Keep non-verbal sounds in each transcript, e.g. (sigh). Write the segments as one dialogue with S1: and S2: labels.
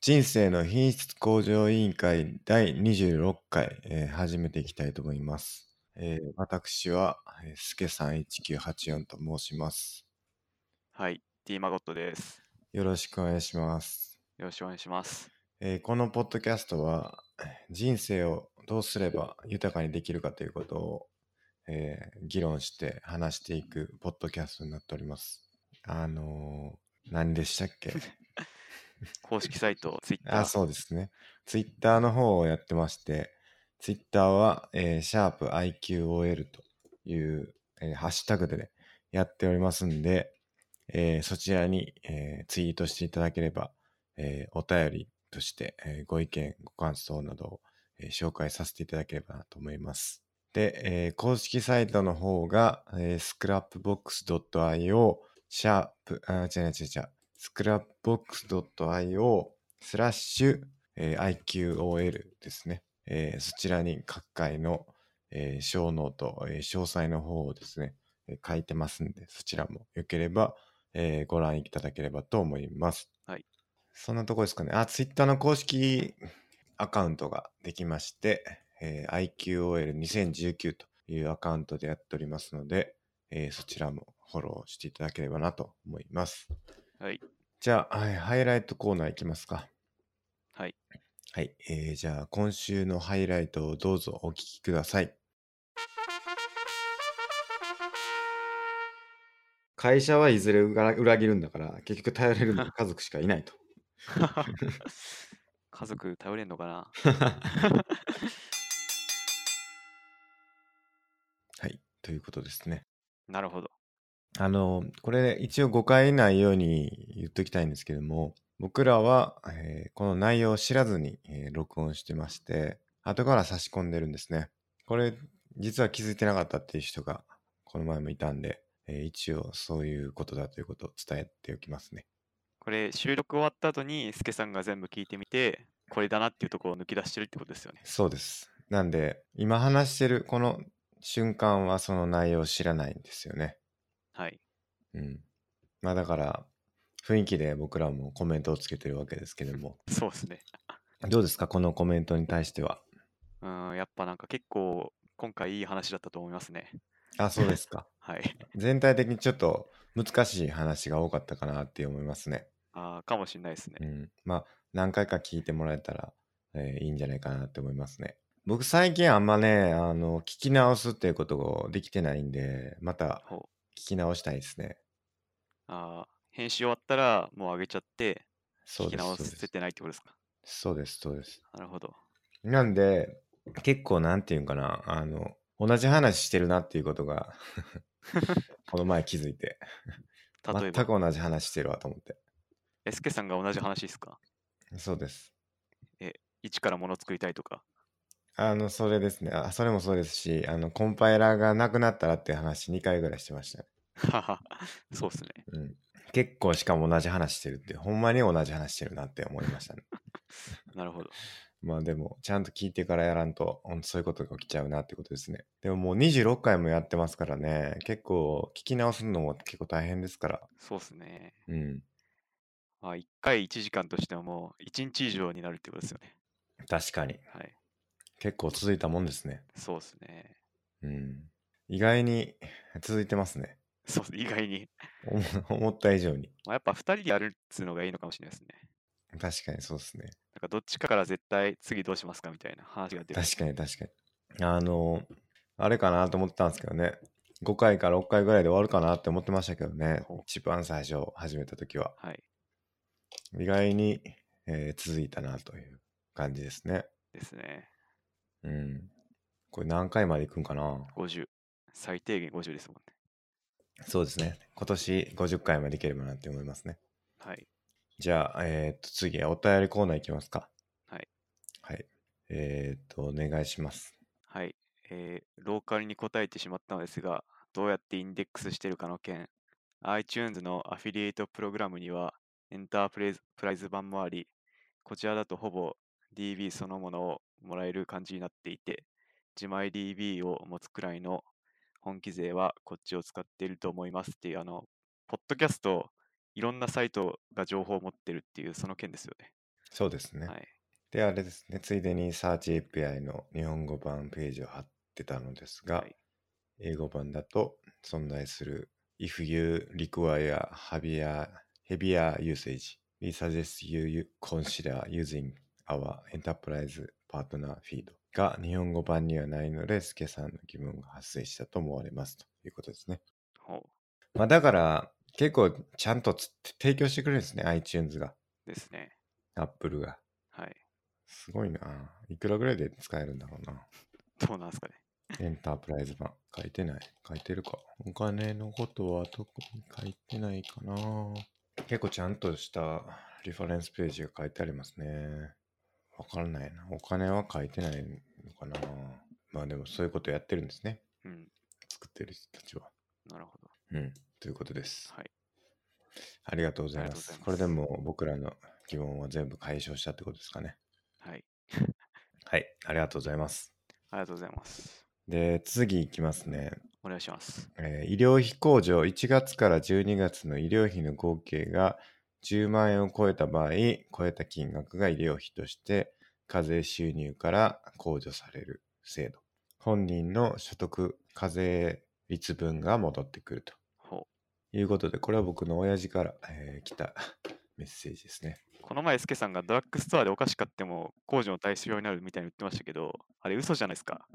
S1: 人生の品質向上委員会第26回、えー始めていきたいと思います。えー私は、えーすけさん1984と申します。
S2: はい、D マゴットです。
S1: よろしくお願いします。
S2: よろしくお願いします。
S1: えーこのポッドキャストは、人生をどうすれば豊かにできるかということを、えー議論して話していくポッドキャストになっております。あのー何でしたっけ
S2: 公式サイト、Twitter
S1: あ、、そうですね。ツイッターの方をやってまして、ツイッターは、えー、シャープ i q o l という、えーハッシュタグでね、やっておりますんで、えーそちらに、えーツイートしていただければ、えーお便りとして、えーご意見、ご感想などを、えー紹介させていただければなと思います。で、えー公式サイトの方が、えー scrapbox.io、シャープ、あ、違う違う違う、scrapbox.io スラッシュ、えー IQOL ですね、えーそちらに各回の、えー、小ノート、えー詳細の方をですね、えー書いてますんで、そちらもよければ、えーご覧いただければと思います。
S2: はい。
S1: そんなとこですかね。あ、Twitter の公式アカウントができまして、えー IQOL2019 というアカウントでやっておりますので、えーそちらもフォローしていただければなと思います。
S2: はい、
S1: じゃあ、はいハイライトコーナーいきますか。
S2: はい。
S1: はい、えーじゃあ今週のハイライトをどうぞお聞きください。
S3: 会社はいずれ裏裏切るんだから、結局頼れるの
S1: (laughs)
S3: は家族しかいないと。
S2: (laughs) 家族頼れんのかな
S1: はい、ということですね。
S2: なるほど。
S1: あの、これ一応誤解ないように言っときたいんですけども、僕らは、えーこの内容を知らずに、えー録音してまして、後から差し込んでるんですね。これ、実は気づいてなかったっていう人が、この前もいたんで、えー一応そういうことだということを伝えておきますね。
S2: これ、収録終わった後に、スケさんが全部聞いてみて、これだなっていうところを抜き出してるってことですよね。
S1: そうです。なんで、今話してるこの瞬間はその内容を知らないんですよね。
S2: はい、
S1: うん。まあだから、雰囲気で僕らもコメントをつけてるわけですけども、
S2: そうですね。
S1: どうですかこのコメントに対しては。
S2: うん、やっぱなんか結構、今回いい話だったと思いますね。
S1: あ、そうですか。
S2: はい。
S1: (laughs) 全体的にちょっと難しい話が多かったかなって思いますね。
S2: あーかもしれないですね
S1: う。ん。まあ、何回か聞いてもらえたら、えーいいんじゃないかなって思いますね。僕最近あんまね、あの、聞き直すっていうことをできてないんで、また
S2: ほう
S1: 聞き直したいですね。
S2: あー編集終わったら、もう上げちゃって、
S1: そ
S2: 聞
S1: う
S2: き
S1: です。
S2: 直
S1: そうです
S2: せてないってことですか。
S1: そうです、そうです。
S2: なるほど。
S1: なんで、結構なんていうんかな、あの、同じ話してるなっていうことが、 (laughs) この前気づいて、
S2: 例
S1: 全
S2: えば
S1: く、同じ話してるわと思って。
S2: えスケさんが同じ話ですか
S1: そうです。
S2: 一からもの作りたいとか。 (laughs)
S1: あの、それですね。あ、それもそうですし、あの、コンパイラーがなくなったらっていう話2回ぐらいしてましたね。
S2: ははそうですね。
S1: うん。結構しかも同じ話してるって、ほんまに同じ話してるなって思いましたね。
S2: なるほど。
S1: まあでも、ちゃんと聞いてからやらんと、うんそういうことが起きちゃうなってことですね。でももう26回もやってますからね、結構聞き直すのも結構大変ですから。
S2: そうですね。
S1: うん。
S2: まあ、1回1時間としても1日以上になるってことですよね。
S1: 確かに。
S2: はい。
S1: 結構続いたもんですね。
S2: そうですね。
S1: うん。意外に続いてますね。
S2: そうっす意外に。
S1: 思 (laughs) 思った以上に。
S2: まあ、やっぱ2人でやるっつうのがいいのかもしれないですね。
S1: 確かにそうですね。
S2: なんかどっちかから絶対次どうしますかみたいな話が出る。
S1: 確かに確かに。あの、あれかなと思ってたんですけどね。5回から6回ぐらいで終わるかなって思ってましたけどね
S2: ほう。
S1: 一番最初始めた時は。
S2: はい。
S1: 意外に、えー続いたなという感じですね。
S2: ですね。
S1: うん。これ何回まで行くんかな
S2: 50。最低限50ですもんね。
S1: そうですね。今年50回までいければなって思いますね。
S2: はい。
S1: じゃあ、えっと、次、お便りコーナーいきますか。
S2: はい。
S1: はい。えっと、お願いします。
S2: はい。えーローカルに答えてしまったのですが、どうやってインデックスしてるかの件、iTunes のアフィリエイトプログラムにはエンタープレイズプライズ版もあり、こちらだとほぼ DB そのものをもらえる感じになっていて、自前 DB を持つくらいの本気勢はこっちを使っていると思いますっていう、あの、ポッドキャスト、いろんなサイトが情報を持ってるっていう、その件ですよね。
S1: そうですね。
S2: はい。
S1: で、あれですね、ついでに Search API の日本語版ページを貼ってたのですが、
S2: はい
S1: 英語版だと存在する If you require heavier, heavier usage, we suggest you consider using our enterprise partner feed が日本語版にはないので、スケさんの疑問が発生したと思われますということですね。
S2: ほ
S1: まあだから、結構ちゃんとつ提供してくれるんですね、iTunes が、
S2: うですね。
S1: Apple が。
S2: はい。
S1: すごいな。いくらぐらいで使えるんだろうな。
S2: どうなんですかね。
S1: エンタープライズ版。書いてない。書いてるか。お金のことは特に書いてないかな。結構ちゃんとしたリファレンスページが書いてありますね。わからないな。お金は書いてないのかな。まあでもそういうことやってるんですね。
S2: うん。
S1: 作ってる人たちは。
S2: なるほど。
S1: うん。ということです。
S2: はい。
S1: ありがとうございます。
S2: ありがとう
S1: こ
S2: ご
S1: れ
S2: ざ
S1: で
S2: います
S1: もう僕らの疑問は全部解消したってことですかね。
S2: はい。
S1: はい。ありがとうございます。
S2: ありがとうございます。
S1: で、次いきますね。
S2: お願いします。
S1: えー医療費控除1月から12月の医療費の合計が10万円を超えた場合超えた金額が医療費として課税収入から控除される制度本人の所得課税率分が戻ってくると
S2: ほ
S1: いうことでこれは僕の親父から、えー来た (laughs) メッセージですね
S2: う。この前、スケさんがドラッグストアでお菓子買っても控除の対象になるみたいに言ってましたけど、あれ嘘じゃないですか。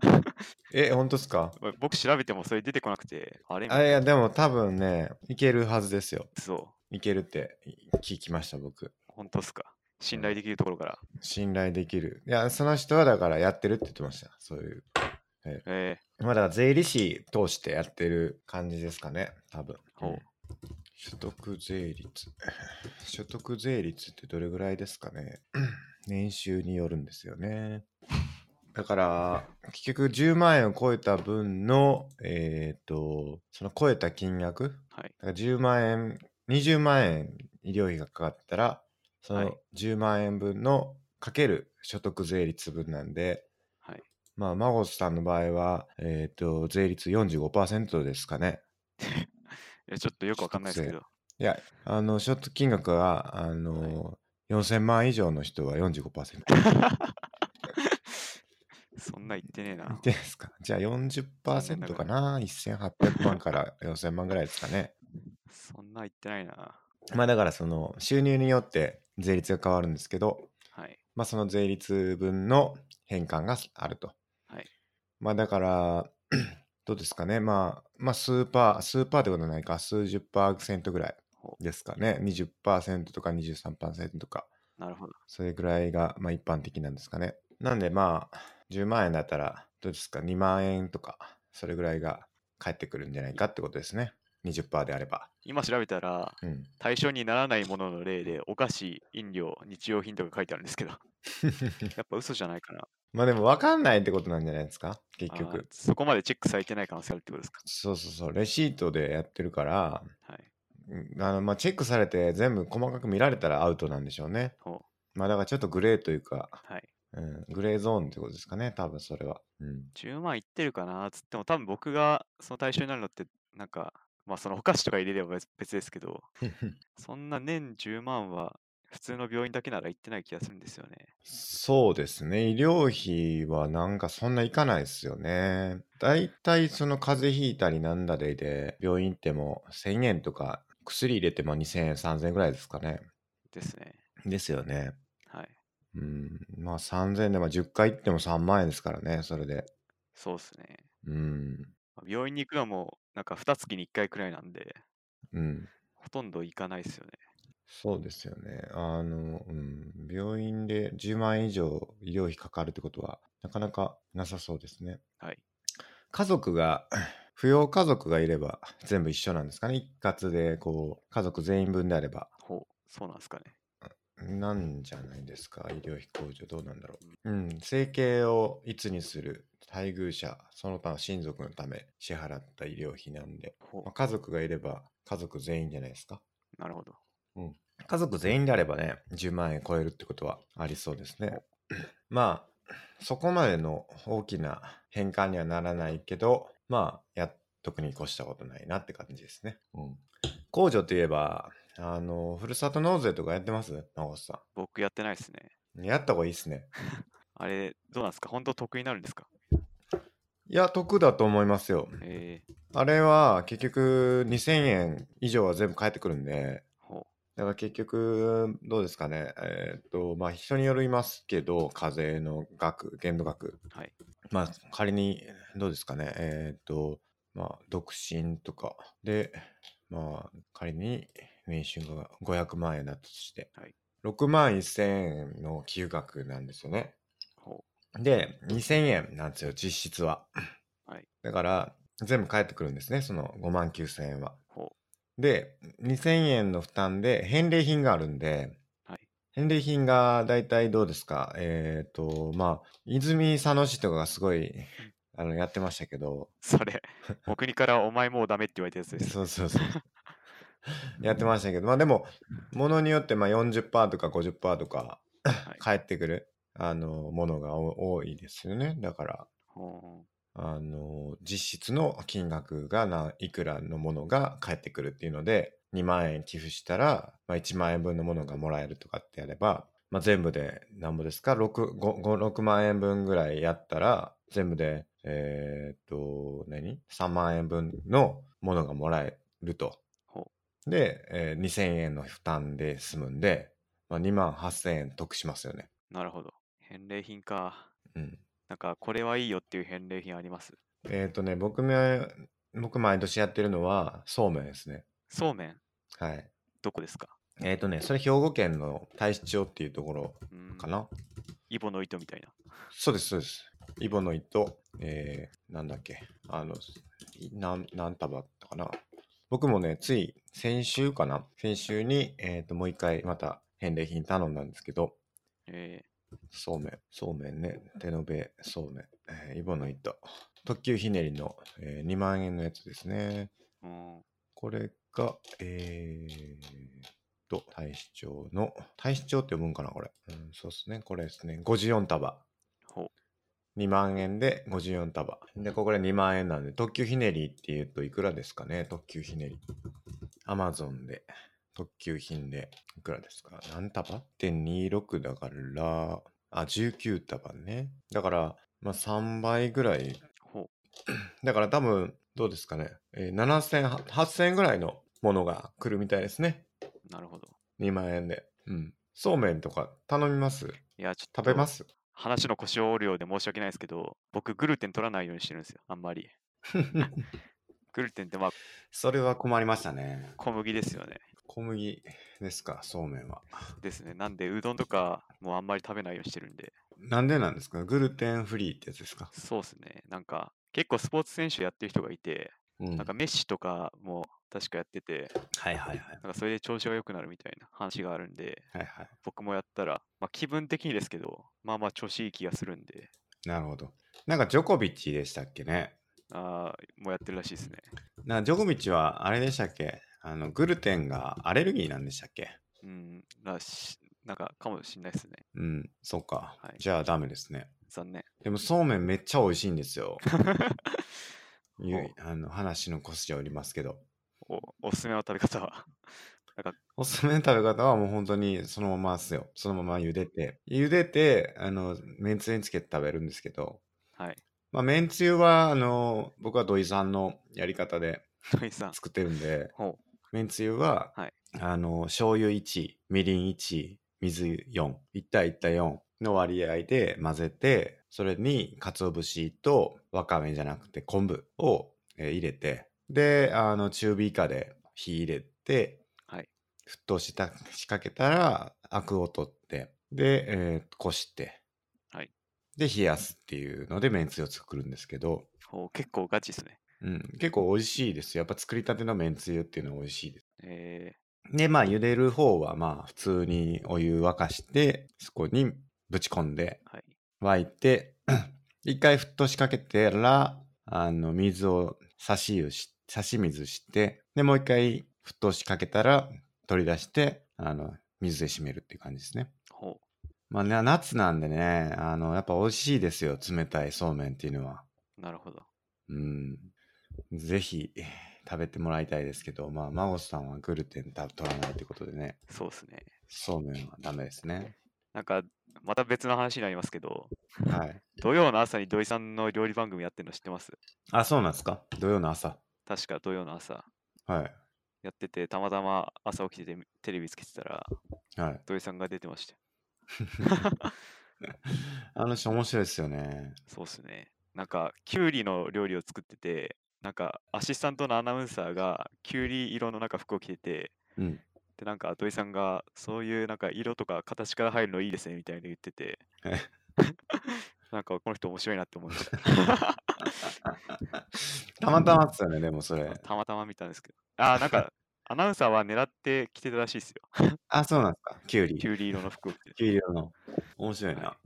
S1: え本当ですか
S2: おい僕調べてもそれ出てこなくて、あれみた
S1: あ
S2: い
S1: い
S2: な
S1: やでも多分ねいけるはずですよ
S2: そう。
S1: いけるって聞きました僕
S2: 本当っすか。信頼できるところから。
S1: 信頼できる。いや、その人はだからやってるって言ってました。そういう。
S2: え
S1: まだ税理士通してやってる感じですかね、多分。
S2: ほう
S1: 所得税率。 (laughs) 所得税率ってどれぐらいですかね。 (clears throat) 年収によるんですよね。だから、結局10万円を超えた分の、えっ、と、その超えた金額
S2: えはい。
S1: だから10万円、20万円医療費がかかったら、そ
S2: は
S1: の
S2: い
S1: 10万円分のかける所得税率分なんで、
S2: はい。
S1: まあ、マゴスさんの場合は、えっ、と、税率45%ですかね。
S2: いやちょっとよくわかんないですけど。
S1: いや、あの、所得金額が、あの、4000万以上の人は45%。
S2: そんな言ってねえな。
S1: です
S2: (laughs)
S1: か。じゃあ40%かな。1800万から4000万ぐらいですかね。
S2: そんな言ってないな。
S1: まあ、だからその、収入によって税率が変わるんですけど、
S2: はい。
S1: まあ、その税率分の返還があると。
S2: はい
S1: まあだから、 (clears throat) どうですかね、まあ、まあ、数パー、数パーってことはないか、数十パーセントぐらい
S2: ほ
S1: ですかね、20%とか23%とか、
S2: なるほど。
S1: それぐらいがまあ一般的なんですかね。なんでまあ、10万円だったら、どうですか、2万円とか、それぐらいが返ってくるんじゃないかってことですね、20%であれば。
S2: 今調べたら、
S1: うん、
S2: 対象にならないものの例で、お菓子、飲料、日用品とか書いてあるんで
S1: (laughs)
S2: すけど、やっぱ嘘じゃないかな。
S1: まあでも分かんないってことなんじゃないですか、結
S2: あー
S1: 局。
S2: そこまでチェックされてない可能性あるってことですか。
S1: そうそうそう、レシートでやってるから、
S2: はい。
S1: うんあのまあ、チェックされて全部細かく見られたらアウトなんでしょうね。
S2: ほ
S1: まあだからちょっとグレーというか、
S2: う。はい。
S1: うん、グレーゾーンってことですかね、多分それは。うん、
S2: 10万いってるかなつっても、多分僕がその対象になるのって、なんか、まあそのお菓子とか入れれば別別ですけど、そんな年10万は普通の病院だけなら行ってない気がするんですよね。
S1: そうですね、医療費はなんかそんないかないですよね。だいたいその風邪ひいたりなんだでで、病院行っても1000円とか、薬入れても2000円、3000円ぐらいですかね。
S2: ですね。
S1: ですよね。
S2: はい。
S1: うん、まあ3000円で、まあ、10回行っても3万円ですからね、それで。
S2: そうですね。
S1: うん、
S2: まあ病院に行くのも、なんか2月に1回くらいなんで、
S1: うん。
S2: ほとんど行かないですよね。
S1: そうですよね。あの、うん、病院で10万円以上医療費かかるってことは、なかなかなさそうですね。
S2: はい。
S1: 家族が、 (clears throat) 扶養家族がいれば全部一緒なんですかね。一括で、こう、家族全員分であれば。
S2: ほう、そうなんですかね。
S1: なんじゃないですか。医療費控除どうなんだろう。うん、生計をいつにする配偶者、その他の親族のため支払った医療費なんで、
S2: ほ
S1: まあ、家族がいれば家族全員じゃないですか。
S2: う、なるほど。
S1: 家族全員であればね、10万円超えるってことはありそうですね。まあ、そこまでの大きな変換にはならないけど、まあ、やっとくに越したことないなって感じですね。うん。控除といえば、あの、ふるさと納税とかやってます長瀬さ
S2: 僕やってないですね。
S1: ん。やった方がいいっすね。
S2: あれ、どうなんですか本当得になるんですか
S1: いや、得だと思いますよ。
S2: えー、
S1: あれは結局2000円以上は全部返ってくるんで、
S2: ほ
S1: だから結局、どうですかね。えーっと、まあ人によりますけど、課税の額、限度額。
S2: はい。
S1: まあ仮に、どうですかね。えーっと、まあ独身とかで、まあ仮に年収が500万円だとして、
S2: はい
S1: 6万1000円の寄付額なんですよね。
S2: う、ほ
S1: で、2000円なんですよ、実質は。
S2: はい
S1: だから、全部返ってくるんですね、その5万9000円は
S2: う、。ほ
S1: で、2000円の負担で返礼品があるんで、
S2: はい
S1: 返礼品が大体どうですかえっ、と、まあ、泉佐野市とかがすごい、あの、やってましたけど、
S2: う。 (laughs) それ、僕にからお前もうダメって言われたやつです。
S1: そうそう
S2: (laughs)
S1: そう。やってましたけど、まあでも、ものによってまあ40%とか50%とか
S2: はい、
S1: 返ってくる、あの、ものがお多いですよね。だから、
S2: ほ
S1: あの実質の金額がないくらのものが返ってくるっていうので2万円寄付したら、まあ、1万円分のものがもらえるとかってやれば、まあ、全部で何ぼですか6 5 6万円分ぐらいやったら全部でえーっと何3万円分のものがもらえると
S2: ほ。
S1: で、えー2000円の負担で済むんで、まあ、2万8000円得しますよね。
S2: う。なるほど。返礼品か。
S1: うん
S2: なんか、これはいいよっていう返礼品あります。
S1: えっ、とね、僕も、僕毎年やってるのは、そうめんですね。
S2: そうめん、
S1: はい。
S2: どこですか
S1: えっ、とね、それ兵庫県の太子町っていうところ
S2: うーん
S1: かな。
S2: イボの糸みたいな。
S1: そうです、そうです。イボの糸、えー、なんだっけ、あの、いなん何束だったかな。僕もね、つい先週かな。先週に、えっ、と、もう一回また返礼品頼んだんですけど、
S2: え
S1: そうめん、そうめんね、手延べそうめん、えーイボの糸、特急ひねりの、えー2万円のやつですね。
S2: ー、うん。
S1: これが、えーっと、大使町の、大使町って読むんかな、これ。うん、そうですね、これですね。54束。
S2: ほう。
S1: 2万円で54束。で、ここで2万円なんで、特急ひねりって言うといくらですかね、特急ひねり。アマゾンで、特急品で、いくらですか何束 ?1.26 だから、あ、19束ね。だから、まあ3倍ぐらい
S2: ほ
S1: だから多分、どうですかね。えー7000、8000円ぐらいのものが来るみたいですね。
S2: う。なるほど。
S1: 2万円で。うん。そうめんとか頼みます
S2: いや、ちょっと。
S1: 食べます
S2: 話の腰を折るようで申し訳ないですけど、僕、グルテン取らないようにしてるんですよ、あんまり。 (laughs) グルテンって、まあ、
S4: それは困りましたね。
S2: 小麦ですよね。
S1: 小麦ですか、そうめんは。
S2: ですね。なんで、うどんとかもあんまり食べないようにしてるんで、
S1: なんでなんですかグルテンフリーってやつですか
S2: そうですね。なんか、結構スポーツ選手やってる人がいて、
S1: うん。
S2: なんかメッシとかも確かやってて、
S4: はいはいはい。
S2: なんかそれで調子が良くなるみたいな話があるんで、
S1: はいは
S2: 僕もやったら、まあ気分的にですけど、まあまあ調子いい気がするんで、
S1: い。なるほど。
S4: なんかジョコビッチでしたっけね。
S2: あーもうやってるらしいですね。
S4: なんかジョコビッチはあれでしたっけあの、グルテンがアレルギーなんでしたっけ
S2: うん、らし、なんかかもしんないですね。
S4: うん、そっか、
S2: はい
S4: じゃあダメですね。
S2: 残念。
S4: でもそうめんめっちゃ美味しいんです
S2: (laughs)
S4: よ。ゆ
S2: ほう
S4: あの話の腰じゃおりますけど。
S2: おおすすめの食べ方は。 (laughs)
S4: おすすめの食べ方はもう本当にそのままですよ。そのまま茹でて。茹でて、あの、めんつゆにつけて食べるんですけど、
S2: はい。
S4: まあ、めんつゆは、あの、僕は土井さんのやり方で
S2: 土井さん。
S4: 作ってるんで、
S2: ほう。
S4: めんつゆは、
S2: はい
S4: あの、醤油1、みりん1、水4、1対1対4の割合で混ぜて、それに鰹節とわかめじゃなくて昆布を、えー入れて、で、あの、中火以下で火入れて、
S2: はい
S4: 沸騰した、仕掛けたら、アクを取って、で、えーこして、
S2: はい
S4: で、冷やすっていうので、めんつゆを作るんですけど、
S2: ほう結構ガチですね。
S4: うん、結構美味しいですよ。やっぱ作りたてのめんつゆっていうのは美味しいです。
S2: え
S4: で、まあ、茹でる方は、まあ、普通にお湯沸かして、そこにぶち込んで、
S2: ー、は
S4: 沸
S2: い。
S4: いて、 (clears throat) 一回沸騰しかけてら、あの、水を差し湯し、差し水して、で、もう一回沸騰しかけたら、取り出して、あの、水で締めるっていう感じですね。
S2: ほ
S4: まあ、ね、夏なんでね、あの、やっぱ美味しいですよ。冷たいそうめんっていうのは。
S2: う。なるほど。
S4: うん。ぜひ、
S1: 食べてもらいたいですけど、まあ、マゴスさんはグルテンた取らないってことでね、
S2: そうですね。
S1: そうめんはダメですね。
S2: なんか、また別の話になりますけど、
S1: はい。
S2: 土曜の朝に土井さんの料理番組やってるの知ってます
S1: あ、そうなんですか土曜の朝。
S2: 確か土曜の朝
S1: はい。
S2: やってて、たまたま朝起きててテレビつけてたら、
S1: はい。
S2: 土井さんが出てました。
S1: あの人面白いですよね。
S2: そうっすね。なんか、キュウリの料理を作ってて、なんか、アシスタントのアナウンサーが、キュウリ色のなんか服を着てて、
S1: うん。
S2: で、なんか、土井さんが、そういうなんか、色とか形から入るのいいですね、みたいな言っ
S1: (laughs)
S2: てて
S1: え、
S2: なんか、この人面白いなって思いました。
S1: たまたまっすよね、でもそれ
S2: た。たまたま見たんですけど。あー、なんか、アナウンサーは狙って着てたらしいですよ。
S1: あ、そうなんですかキュウリ。
S2: キュウリ色の服を着て。
S1: キュウリ色の。面白い (laughs) な。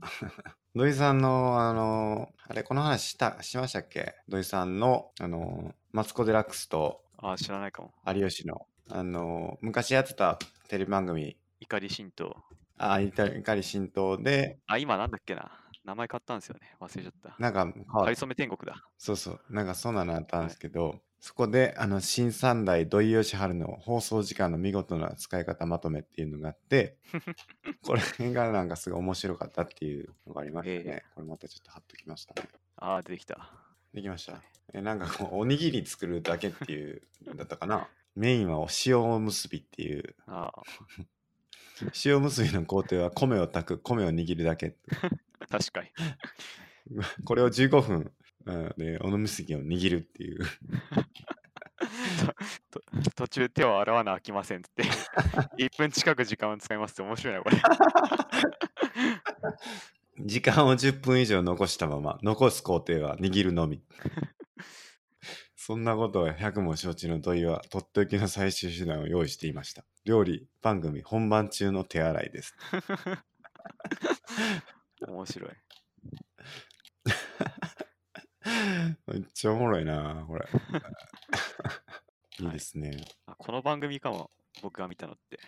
S1: 土井さんの、あの、あれ、この話した、しましたっけ土井さんの、あの、マツコ・デラックスと
S2: あー、知らないかも。
S1: 有吉の、あの、昔やってたテレビ番組、
S2: 怒り神道。
S1: あ、いた怒り浸透で、
S2: あ、今なんだっけな。名前買ったんですよね。忘れちゃった。
S1: なんか変わ
S2: か
S1: っ
S2: りそめ天国だ。
S1: そうそう、なんかそんなのあったんですけど、そこで、あの、新三代土井善晴の放送時間の見事な使い方まとめっていうのがあ
S2: (laughs)
S1: って、これがなんかすごい面白かったっていうのがありましたね。
S2: え
S1: これまたちょっと貼っときましたね。
S2: あー、出てきた。
S1: できました。えなんかこう、おにぎり作るだけっていう、だったかな。 (laughs) メインはお塩おむすびっていう、
S2: あ
S1: 塩むすびの工程は米を炊く、米を握るだけ。
S2: ー、確かに。
S1: これを15分、うん、で、おむすびを握るっていう。
S2: と途中手を洗わなあきませんって (laughs) 1分近く時間を使いますって面白いなこれ
S1: 時間を10分以上残したまま残す工程は握るのみそんなことを100も承知の問いはとっておきの最終手段を用意していました料理番組本番中の手洗いです
S2: 面白い
S1: めっちゃおもろいなこれいいですね、
S2: あこの番組かも僕が見たのって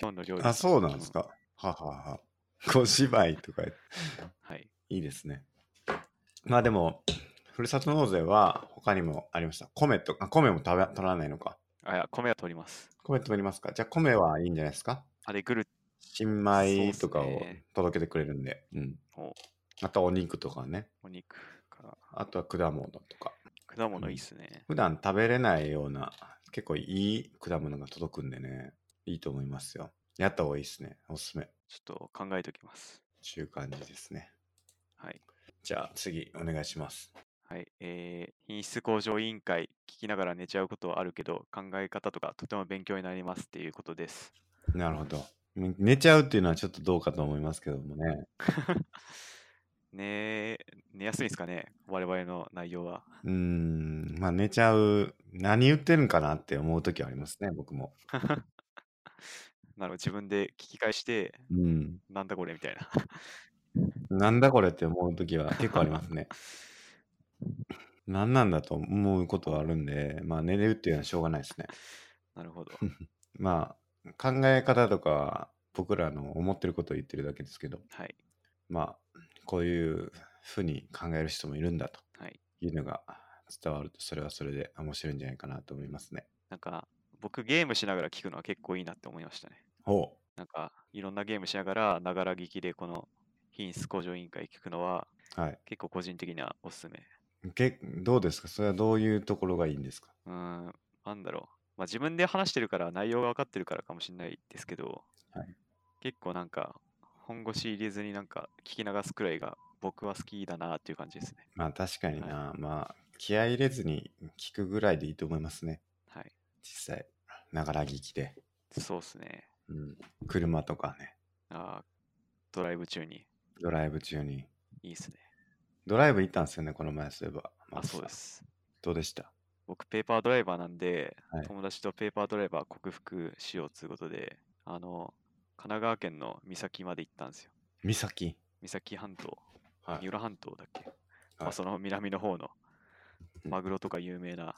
S2: 今日の料理
S1: あそうなんですか、ははは小芝居とか
S2: はい
S1: いいですねまあでもふるさと納税は他にもありました米とあ米も食べ取らないのか
S2: あいや米は取ります
S1: 米取りますかじゃあ米はいいんじゃないですか
S2: あれグル
S1: 新米とか
S2: そうっ
S1: を
S2: すね
S1: 届けてくれるんで。うん
S2: お。
S1: あとお肉とかね。
S2: お肉か
S1: あとは果物とか。
S2: 果物いいっすね、
S1: 普段食べれないような、結構いい果物が届くんでね。いいと思いますよ。やった方がいいですね。おすすめ。
S2: ちょっと考えておきます
S1: ちゅう感じですね。
S2: はい
S1: じゃあ次お願いします。
S2: はいえー、品質向上委員会聞きながら寝ちゃうことはあるけど考え方とかとても勉強になりますっていうことです
S1: なるほど。ね寝ちゃうっていうのはちょっとどうかと思いますけどもね。
S2: ね寝やすいんですかね我々の内容は
S1: うーん、まあ寝ちゃう。何言ってるんかなって思う時はありますね、僕も。
S2: なので自分で聞き返して
S1: うん。
S2: なんだこれみたいな (laughs)
S1: なんだこれって思う時は結構ありますね。なんなんだと思うことはあるんで、まあ寝れるっていうのはしょうがないですね。
S2: なるほど。
S1: まあ考え方とかは僕らの思ってることを言ってるだけですけど、
S2: はい。
S1: まあこういうふうに考える人もいるんだと
S2: はい。
S1: いうのが伝わるとそれはそれで面白いんじゃないかなと思いますね。
S2: なんか、僕ゲームしながら聞くのは結構いいなって思いましたね。
S1: ほ
S2: なんか、いろんなゲームしながら、ながら聞きでこの品質向上委員会聞くのは、
S1: う。はい。
S2: 結構個人的にはおすすめ。
S1: けどうですかそれはどういうところがいいんですか
S2: うーん、なんだろう。まあ自分で話してるから、内容が分かってるからかもしれないですけど、
S1: はい
S2: 結構なんか、本腰入れずになんか聞き流すくらいが僕は好きだなっていう感じですね。
S1: まあ確かにな、まあ気合い入れずに聞くぐらいでいいと思いますね。
S2: はい。
S1: 実際ながら聞きで、
S2: そうですね。
S1: うん、車とかね
S2: あードライブ中に。
S1: ドライブ中に
S2: いいですね。
S1: ドライブ行ったんですよねこの前そういえば
S2: あ、
S1: 松さ
S2: そ
S1: ん
S2: うです。
S1: どうでした
S2: 僕、ペーパードライバーなんで、
S1: はい
S2: 友達とペーパードライバー克服しようということで、あの、神奈川県の三崎まで行ったんですよ。
S1: 三崎
S2: 三崎半島、
S1: は
S2: 三浦半島だっけ、
S1: は
S2: まあ、
S1: い
S2: その南の
S1: う
S2: 方の、
S1: ん
S2: マグロとか有名な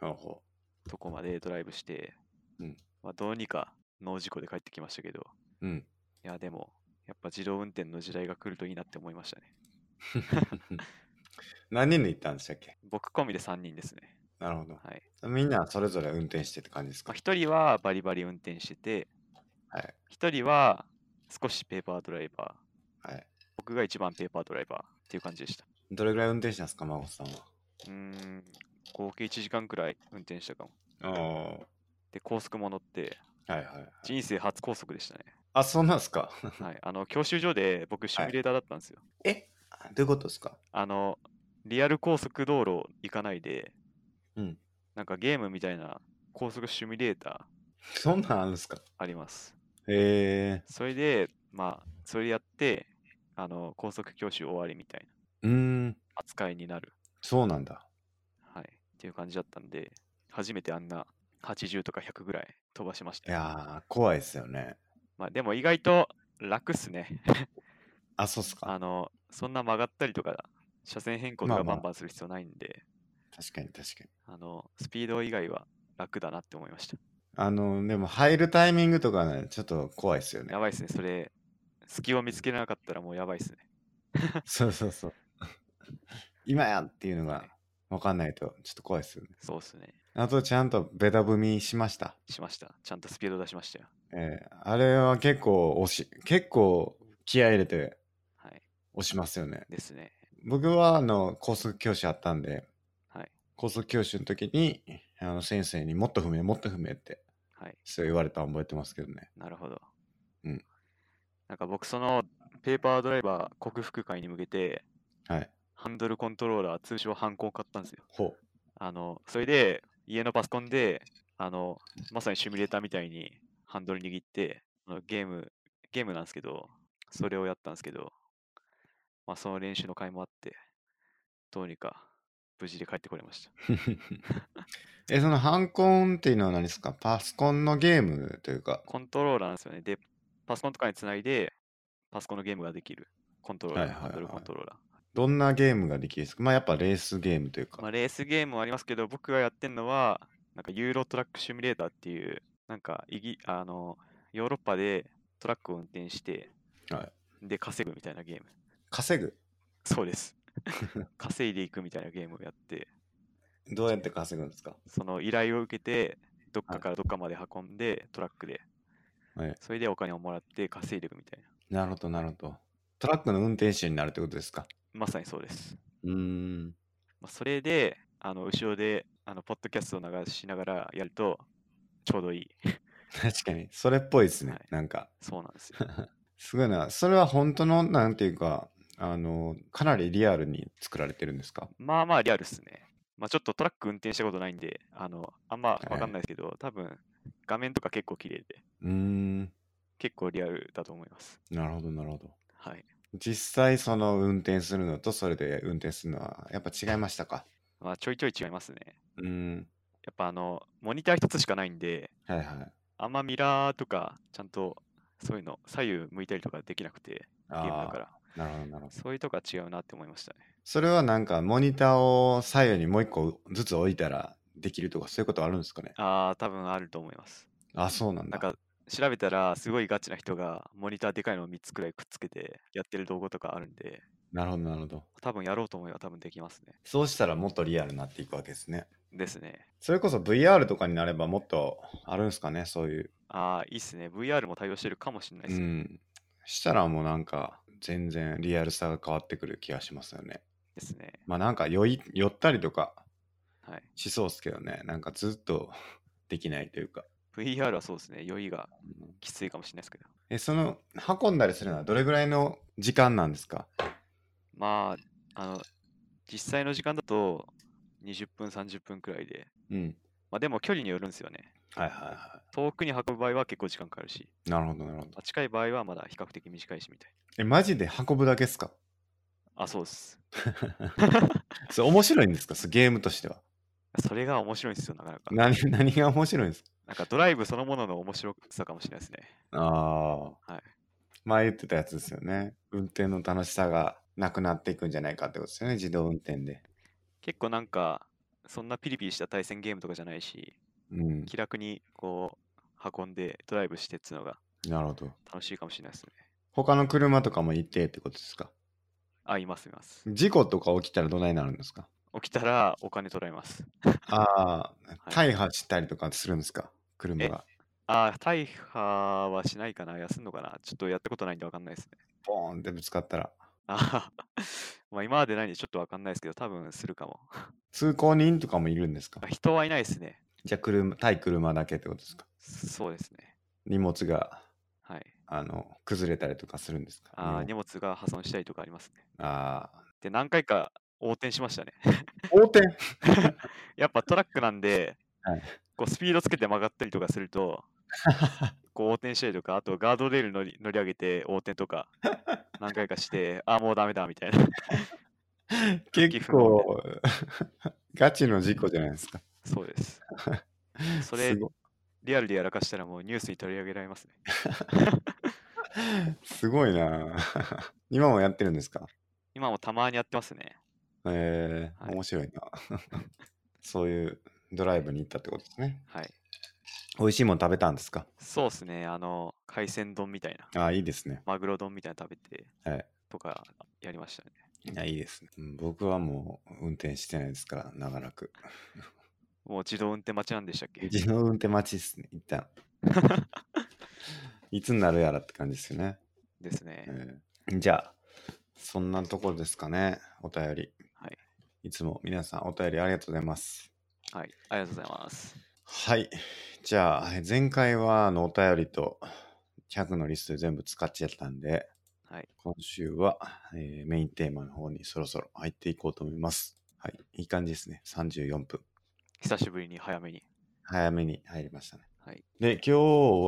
S1: ほうほ
S2: とこまでドライブして、
S1: うん
S2: まあ、どうにか脳事故で帰ってきましたけど、
S1: ううん
S2: いや、でも、やっぱ自動運転の時代が来るといいなって思いましたね。
S1: 何人で行ったんでしたっけ
S2: 僕込みで3人ですね。
S1: あなるほど。
S2: はい。
S1: みんなそれぞれ運転してって感じです
S2: ま
S1: か
S2: あ、1人はバリバリ運転してて、
S1: はい。
S2: 1人は少しペーパードライバー、
S1: はい。
S2: 僕が一番ペーパードライバーっていう感じでした。
S1: どれぐらい運転したんですか、孫さん
S2: うーん、合計1時間くらい運転したかも。
S1: は。お
S2: で、高速も乗って、
S1: ーはいはいはい。
S2: 人生初高速でした
S1: (laughs)
S2: ね。
S1: あ、そうなんですか
S2: はい。あの、教習所で僕、シミュレーターだったんですよ。
S1: えあどういうことですか
S2: あの、リアル高速道路行かないで、
S1: うん
S2: なんかゲームみたいな高速シミュレータ
S1: そんなんあるんですか
S2: ーあります。
S1: へえ。
S2: それで、まあ、それやって、あの、高速教習終わりみたいな
S1: うーん。
S2: 扱いになる。
S1: そうなんだ。
S2: はい。っていう感じだったんで、初めてあんな80とか100ぐらい飛ばしまし
S1: い
S2: た。
S1: やー、怖いですよね。
S2: まあ、でも意外と楽っすね。 (laughs)
S1: あ、そうっす
S2: あ
S1: か
S2: の、そんな曲がったりとか、車線変更と
S1: ま
S2: か
S1: あま
S2: バ
S1: あ
S2: ンバンする必要ないんで、
S1: 確かに確かに。
S2: あの、スピード以外は楽だなって思いました。
S1: あの、でも入るタイミングとかね、ちょっと怖いですよね
S2: や。ばいっすね、それ、隙を見つけなかったらもうやばいっすね。
S1: そうそうそう。
S2: (laughs)
S1: 今やんっていうのが分かんないとちょっと怖いですよね。
S2: そうっすね。
S1: あとちゃんとベタ踏みしました。
S2: しました。ちゃんとスピード出しましたよ。
S1: えーあれは結構押し、結構気合い入れて
S2: はい。
S1: 押しますよね。
S2: ですね。
S1: 僕はあの高速教師あったんで、
S2: はい
S1: 高速教師の時にあの先生にもっと踏め、もっと踏めって
S2: はい。
S1: そう言われたの覚えてますけどね。
S2: なるほど。
S1: うん。
S2: なんか僕、その、ペーパードライバー克服会に向けて、
S1: はい。
S2: ハンドルコントローラー、通称ハンコン買ったんですよ。
S1: ほ
S2: あの、それで、家のパソコンで、あの、まさにシミュレーターみたいにハンドル握って、あのゲーム、ゲームなんですけど、それをやったんですけど、まあ、その練習の会もあって、どうにか無事で帰ってこれました。
S1: う。え、そのハンコンっていうのは何ですかパソコンのゲームというか。
S2: コントローラーなんですよね。で、パソコンとかにつないで、パソコンのゲームができる。コントローラー、
S1: はいはいはい
S2: ハンドルコントローラー。
S1: どんなゲームができるんですかまあやっぱレースゲームというか。
S2: まあ、レースゲームもありますけど、僕がやってるのは、なんかユーロトラックシミュレーターっていう、なんかイギあのヨーロッパでトラックを運転して、
S1: は
S2: で稼ぐみたいなゲーム。
S1: 稼ぐ
S2: そ
S1: (laughs)
S2: うです。稼いでいくみたいなゲームをやって、
S1: どうやって稼ぐんですか
S2: その依頼を受けて、どっ
S1: は
S2: か
S1: い
S2: からどっかまで運んで、トラックで、
S1: はい
S2: それでお金をもらって稼いでいくみたいな。
S1: なるほど、なるほど。トラックの運転手になるってことですか
S2: まさにそうです。
S1: うーん。
S2: まあ、それで、あの後ろであのポッドキャストを流しながらやると、ちょうどいい。
S1: 確かに、それっぽいですね。
S2: はい
S1: なんか、
S2: そうなんですよ。
S1: すごいな。それは本当の、なんていうか、あの、かなりリアルに作られてるんですか
S2: まあまあリアルっすね。まあちょっとトラック運転したことないんで、あの、あんま
S1: い
S2: わかんないですけど、多分画面とか結構綺麗で、
S1: うーん。
S2: 結構リアルだと思います。
S1: なるほど、なるほど。
S2: はい。
S1: 実際、その運転するのと、それで運転するのは、やっぱ違いましたか
S2: まあちょいちょい違いますね。
S1: うーん。
S2: やっぱあの、モニター一つしかないんで、
S1: はいはい。
S2: あんまミラーとか、ちゃんとそういうの、左右向いたりとかできなくて、ゲームだ
S1: あ
S2: から、
S1: あ、なるほど、なるほど。
S2: そういうとこは違うなって思いましたね。
S1: それはなんかモニターを左右にもう一個ずつ置いたらできるとかそういうことあるんですかね
S2: ああ、多分あると思います。
S1: あそうなん
S2: な
S1: だ
S2: んか、調べたら、すごいガチな人が、モニターでかいのを3つくらいくっつけてやってる動画とかあるんで、
S1: なるほどなるほど
S2: 多分やろうと思えば多分できますね。
S1: そうしたらもっとリアルになっていくわけですね
S2: ですね。
S1: それこそ VR とかになればもっとあるんですかねそういう
S2: ああ、いいっすね。VR も対応してるかもしれないで
S1: う
S2: すね。
S1: んしたらもうなんか全然リアルさが変わってくる気がしますよね
S2: ですね。
S1: まあなんか酔い酔ったりとか
S2: はい。
S1: しそうっすけどねなんかずっとできないというか
S2: VR はそうですね。酔いがきついかもしれないですけど。
S1: えその運んだりするのはどれぐらいの時間なんですか
S2: まあ、あの、実際の時間だと20分、30分くらいで。
S1: うん
S2: まあでも距離によるんですよね。
S1: はいはいは
S2: 遠くに運ぶ場合は結構時間かかるし、
S1: いなるほどなるほど
S2: まあ近い場合はまだ比較的短いしみたい
S1: え、マジで運ぶだけっすか
S2: な。あ、そうです。
S1: それ面白いんですかそれゲームとしては。
S2: それが面白いんですよ、なかなか。
S1: 何何が面白いんですか
S2: なんかドライブそのものの面白さかもしれないですね。
S1: ああ。
S2: はい。
S1: 前言ってたやつですよね。運転の楽しさがなくなっていくんじゃないかってことですよね。自動運転で。
S2: 結構なんか、そんなピリピリした対戦ゲームとかじゃないし、
S1: うん。
S2: 気楽にこう運んでドライブしてっつうのが
S1: なるほど。
S2: 楽しいかもしれないですね。
S1: 他の車とかもいてってことですか
S2: あ、いますいます。
S1: 事故とか起きたらどないなるんですか
S2: 起きたらお金取られます。
S1: ああ、
S2: は
S1: 大破したりとかするんですか車が。
S2: ああ、大破はしないかな休んのかなちょっとやったことないんでわかんないですね。
S1: ボーンってぶつかったら。
S2: ああ、まあ今までないんでちょっとわかんないですけど、多分するかも。
S1: 通行人とかもいるんですか
S2: あ人はいないですね。
S1: じゃあ車、対車だけってことですか
S2: そうですね。
S1: 荷物が、
S2: はい。
S1: あの、崩れたりとかするんですか
S2: ああ、
S1: 日
S2: 荷
S1: 本
S2: 物が破損したりとかありますね。
S1: あ
S2: で、何回か横転しましたね。
S1: ー横転
S2: (laughs) やっぱトラックなんで、
S1: (laughs) はい
S2: こうスピードつけて曲がったりとかすると、
S1: (laughs)
S2: こう横転したりとか、あとガードレール乗り乗り上げて横転とか何回
S1: (laughs)
S2: かして、ああ、もうダメだみたいな。 (laughs)
S1: 結構、 (laughs) ガチの事故じゃないですか。
S2: そう
S1: (laughs)
S2: です。それ
S1: すご
S2: リアルでやらかしたらもうニュースに取り上げられますね。
S1: すごいな今もやってるんですか
S2: 今もたまにやってますね。
S1: えー
S2: はい
S1: 面白いな。 (laughs) そういうドライブに行ったってことですね。
S2: はい。
S1: 美味しいもの食べたんですか
S2: そうですね。あの、海鮮丼みたいな、
S1: ああ、いいですね。
S2: マグロ丼みたいなの食べて、
S1: はい
S2: とかやりましたね。
S1: いや、いいですね。うん僕はもう運転してないですから、長ら
S2: (laughs)
S1: く。
S2: もう自動運転待ちなんでしたっけ
S1: 自動運転待ちですね、一
S2: (laughs)
S1: 旦。いつになるやらって感じですよね。
S2: ですね。
S1: うんじゃあ、そんなところですかね、お便り。
S2: はい。
S1: いつも皆さんお便りありがとうございます。
S2: はい。ありがとうございます。
S1: はい。じゃあ、前回はあのお便りと100のリストで全部使っちゃったんで、
S2: はい、
S1: 今週は、えーメインテーマの方にそろそろ入っていこうと思います。はい。いい感じですね。34分。
S2: 久しぶりに早めに。
S1: 早めに入りましたね。
S2: はい。
S1: で、今日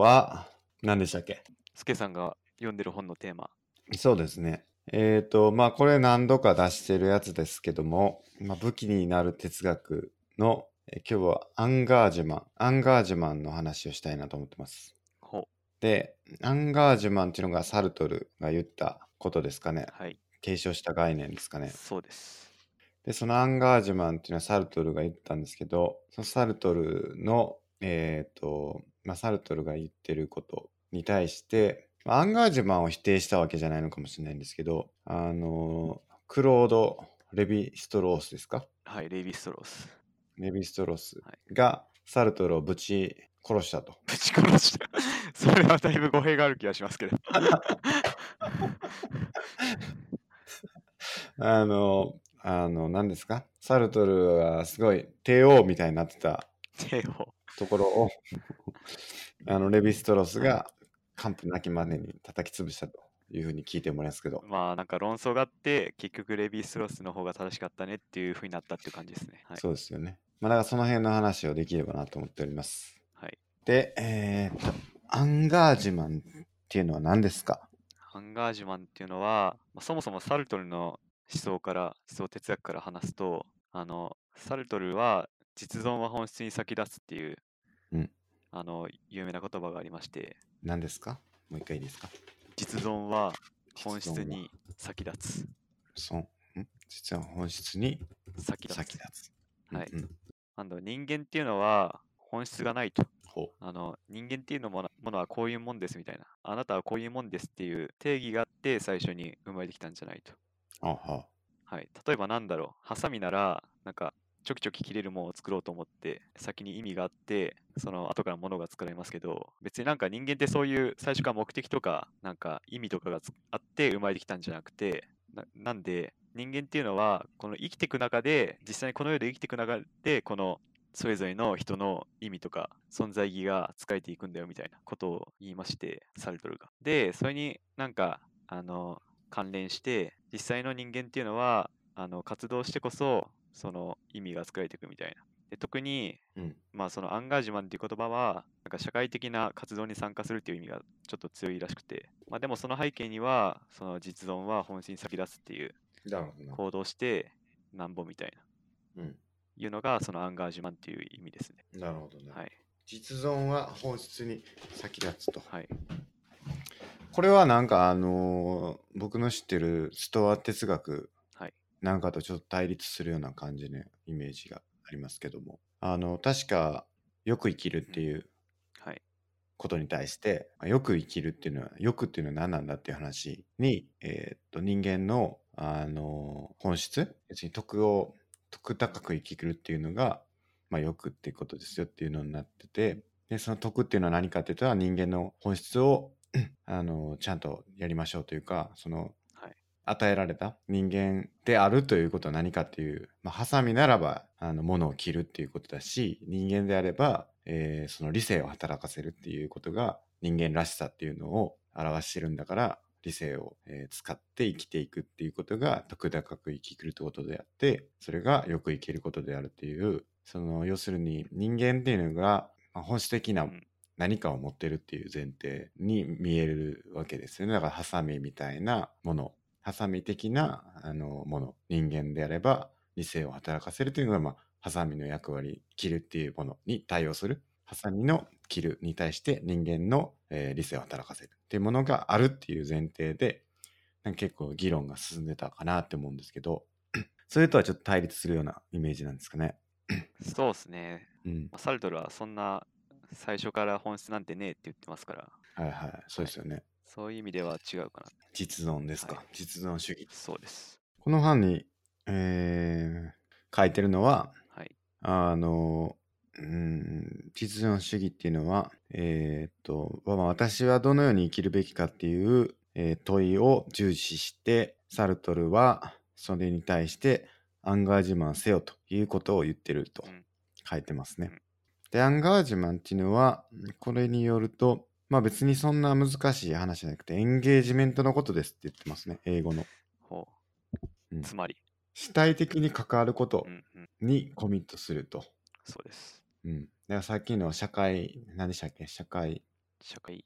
S1: は、何でしたっけ
S2: スケさんが読んでる本のテーマ。
S1: そうですね。えっ、と、まあ、これ何度か出してるやつですけども、まあ、武器になる哲学の、え今日はアンガージュマン、アンガージュマンの話をしたいなと思ってます。
S2: ほ
S1: で、アンガージュマンっていうのがサルトルが言ったことですかね。
S2: はい、
S1: 提唱した概念ですかね。
S2: そうです。
S1: で、そのアンガージュマンっていうのはサルトルが言ったんですけど、そのサルトルの、えっ、と、まあ、サルトルが言ってることに対して、まあアンガージュマンを否定したわけじゃないのかもしれないんですけど、あのークロード・レヴィ・ストロースですか
S2: はい、レイビストロース。 (laughs)
S1: レヴィ・ストロース
S2: は
S1: がサルトルをぶち殺したと。
S2: ぶち殺した。 (laughs) それはだいぶ語弊がある気がしますけど。 (laughs)
S1: あのーあの、何ですかサルトルはすごい帝王みたいになってた
S2: 手を。
S1: ところをあのレヴィストロースが完膚なきまでに叩き潰したというふうに聞いてもらいますけど
S2: まあなんか論争があって、結局レイビストロースの方が正しかったねっていうふうになったっていう感じですね。はい。
S1: そうですよねまあだからその辺の話をできればなと思っております
S2: はい、
S1: でえー、とアンガージュマンっていうのは何ですか
S2: アンガージュマンっていうのは、まあそもそもサルトルの思想から、思想哲学から話すと、あの、サルトルは実存は本質に先立つっていう、
S1: うん
S2: あの、有名な言葉がありまして、
S1: 何ですかもう一回いいですか
S2: 実存は本
S1: 実存
S2: 質
S1: は
S2: に先立つ。
S1: そん実は本質に
S2: 先立
S1: 先
S2: つ
S1: 立。つ
S2: はい
S1: うんうん
S2: あの人間っていうのは本質がないと。
S1: ほ
S2: あの人間っていうのもなものはこういうもんですみたいな。あなたはこういうもんですっていう定義があって最初に生まれてきたんじゃないと。
S1: うあは
S2: はい、例えばなんだろう。ハサミならなんかちょきちょき切れるものを作ろうと思って先に意味があってその後からものが作られますけど別になんか人間ってそういう最初から目的とかなんか意味とかがつあって生まれてきたんじゃなくてななんで人間っていうのはこの生きていく中で実際にこの世で生きていく中でこのそれぞれの人の意味とか存在意義が使えていくんだよみたいなことを言いましてサルトルが。でそれになんかあの関連して実際の人間っていうのはあの活動してこそその意味が作られていくみたいな。で特に
S1: うん
S2: まあそのアンガージュマンっていう言葉はなんか社会的な活動に参加するっていう意味がちょっと強いらしくて、まあ、でもその背景にはその実存は本心に先立つっていう
S1: なるほどな
S2: 行動してなんぼみたいな
S1: うん
S2: いうのがそのアンガージュマンっていう意味ですね。
S1: なるほどね
S2: はい
S1: 実存は本質に先立つと
S2: はい
S1: これはなんかあのー僕の知ってるストア哲学
S2: はい
S1: なんかとちょっと対立するような感じのイメージがありますけどもあの確かよく生きるっていう
S2: はい
S1: ことに対してまあよく生きるっていうのはよくっていうのは何なんだっていう話に、えーっと人間の、あのー本質別に徳を得高く生きるっていうのが、まあ、よくっていうことですよっていうのになっててでその得っていうのは何かっていうと人間の本質をあのちゃんとやりましょうというかその、
S2: はい
S1: 与えられた人間であるということは何かっていう、まあ、ハサミならばあの物を切るっていうことだし人間であれば、えーその理性を働かせるっていうことが人間らしさっていうのを表してるんだから理性を、えー使って生きていくっていうことが得高く生きるってことであってそれがよく生きることであるっていうその要するに人間っていうのが、まあ本質的な何かを持ってるっていう前提に見えるわけですよねだからハサミみたいなものハサミ的なあのもの人間であれば理性を働かせるというのが、まあ、ハサミの役割切るっていうものに対応するハサミの切るに対して人間の、えー理性を働かせるっていうものがあるっていう前提でなんか結構議論が進んでたかなって思うんですけど (clears throat) それとはちょっと対立するようなイメージなんですかね。
S2: そうですね。
S1: うん、
S2: まあサルトルはそんな最初から本質なんてねえって言ってますから、
S1: はいはいそうですよね。
S2: そういう意味では違うかな。
S1: 実存ですか、
S2: はい
S1: 実存主義
S2: そうです。
S1: この版に、えー書いてるのは
S2: はい。
S1: あのうん実存主義っていうのはえーっと、まあ、私はどのように生きるべきかっていう、えー問いを重視してサルトルはそれに対してアンガージュマンせよということを言ってると
S2: うん
S1: 書いてますね
S2: うん。
S1: でアンガージュマンっていうのはこれによるとまあ別にそんな難しい話じゃなくてエンゲージメントのことですって言ってますね英語の。
S2: ほ
S1: うん
S2: う。つまり、
S1: 主体的に関わること
S2: うんうん、
S1: にコミットすると。
S2: そうです。
S1: うん。だからさっきの社会、何でしたっけ社会、
S2: 社会、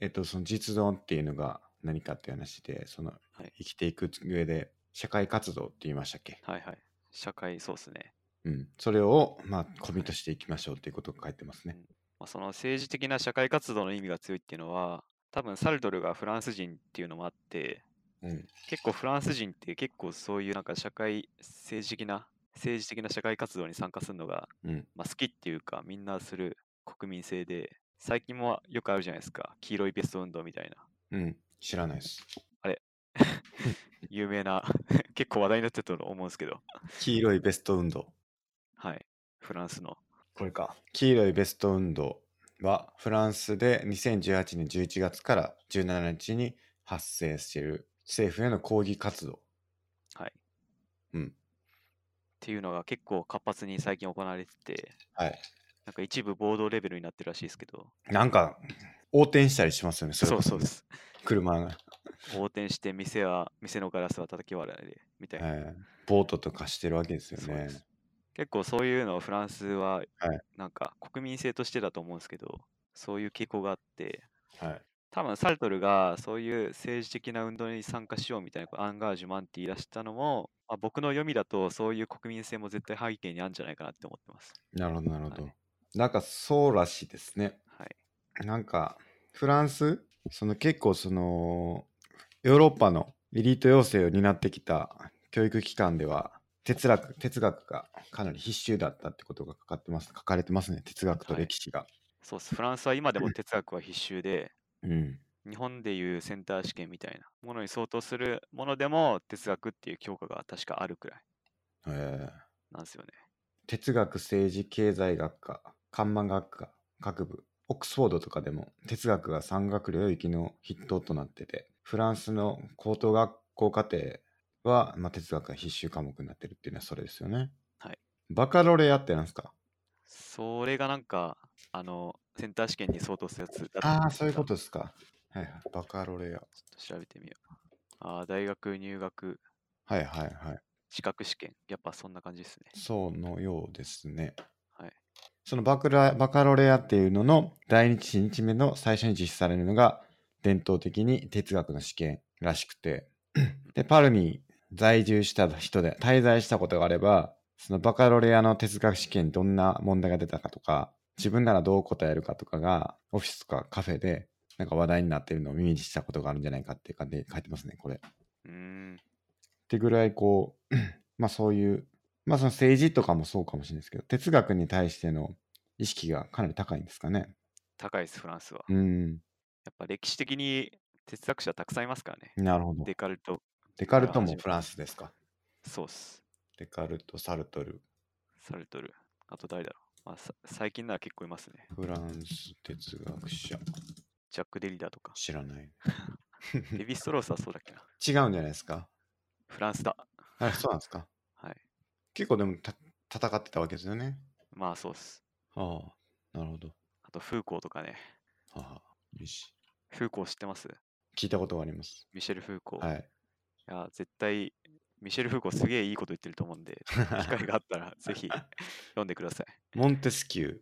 S1: えっと、その実存っていうのが何かっていう話で、その
S2: はい
S1: 生きていく上で社会活動って言いましたっけ
S2: はいはい。社会、そうですね。
S1: うん。それを、まあ、コミットしていきましょうっていうことが書いてますね。
S2: まあ、その政治的な社会活動の意味が強いっていうのは、多分サルトルがフランス人っていうのもあって、
S1: うん。
S2: 結構フランス人って結構そういうなんか社会、政治的な、政治的な社会活動に参加するのが、
S1: うん。
S2: まあ、好きっていうか、みんなする国民性で、最近もよくあるじゃないですか、黄色いベスト運動みたいな。
S1: うん。知らないです。
S2: 有名な (laughs) 結構話題になってたと思うんですけど、
S1: 黄色いベスト運動。
S2: はい、フランスの。
S1: これか。黄色いベスト運動はフランスで2018年11月から17日に発生している政府への抗議活動。
S2: はい、
S1: うん
S2: っていうのが結構活発に最近行われてて、
S1: はい。
S2: なんか一部暴動レベルになってるらしいですけど、
S1: なんか横転したりしますよね。それ
S2: そ
S1: こ
S2: う
S1: そ
S2: そうです。
S1: 車が、
S2: 横転して店は、店のガラスは叩き割られるみたいな。
S1: えーボートとかしてるわけですよ
S2: そうで
S1: ね。
S2: す結構そういうのをフランスは
S1: はい、
S2: なんか国民性としてだと思うんですけど、そういう傾向があって、
S1: はい。
S2: 多分サルトルがそういう政治的な運動に参加しようみたいなこうアンガージュマンって言い出したのも、まあ、僕の読みだとそういう国民性も絶対背景にあるんじゃないかなって思ってます。
S1: なるほど、なるほど。
S2: はい
S1: なんかそうらしいですね。
S2: はい。
S1: なんかフランス、その結構そのヨーロッパのエリート養成を担ってきた教育機関では哲学哲学がかなり必修だったってことが書かってます書かれてますね哲学と歴史が。
S2: そうです。フランスは今でも哲学は必修で、
S1: うん。
S2: 日本でいうセンター試験みたいなものに相当するものでも哲学っていう教科が確かあるくらい
S1: えー
S2: なんですよね。
S1: 哲学政治経済学科看板学科各部オックスフォードとかでも哲学が山学領域の筆頭となっててフランスの高等学校課程は、まあ、哲学が必修科目になってるっていうのはそれですよね
S2: はい
S1: バカロレアってなんですか
S2: それがなんか、あの、センター試験に相当するやつだと思
S1: ああ
S2: ん
S1: ー
S2: です
S1: そういう
S2: が
S1: ことですかはいはいバカロレア
S2: ちょっと調べてみよう。ああ、大学入学
S1: はいはいはい
S2: 資格試験。やっぱそんな感じですね。
S1: そのようですね。
S2: はい。
S1: そのバクラバカロレアっていうのの第1日目の最初に実施されるのが伝統的に哲学の試験らしくてでパルに在住した人で滞在したことがあればそのバカロレアの哲学試験にどんな問題が出たかとか自分ならどう答えるかとかがオフィスとかカフェでなんか話題になってるのを耳にしたことがあるんじゃないかっていう感じで書いてますねこれ。
S2: うーん。
S1: ってぐらいこう (clears throat) まあそういうまあその政治とかもそうかもしれないですけど哲学に対しての意識がかなり高いんですかね
S2: 高いです、フランスは。
S1: うん
S2: やっぱ歴史的に哲学者たくさんいますからね。
S1: なるほど
S2: デカルト、
S1: デカルトもフランスですか
S2: そうっす。
S1: セカルト、サルトル、
S2: サルトル。あと誰だろう、まあ、さ最近なら結構いますね。
S1: フランス哲学者。。
S2: ジャック・デリダとか
S1: 知らない。
S2: デビストロースはそうだ
S1: (laughs)
S2: っけな。
S1: 違うんじゃないですか
S2: フランスだ。
S1: あれ、そうなんですか
S2: はい。
S1: 結構でもた戦ってたわけですよね。
S2: まあそうっす。
S1: ああ、なるほど。
S2: あと、フーコーとかね。
S1: ああ、よし。
S2: フーコー知ってます
S1: 聞いたことがあります。
S2: ミシェル・フーコー。
S1: はいい。
S2: や、絶対、ミシェル・フーコーすげえいいこと言ってると思うんで、機会があっ
S1: (laughs)
S2: たらぜひ読んでください。
S1: モンテスキュー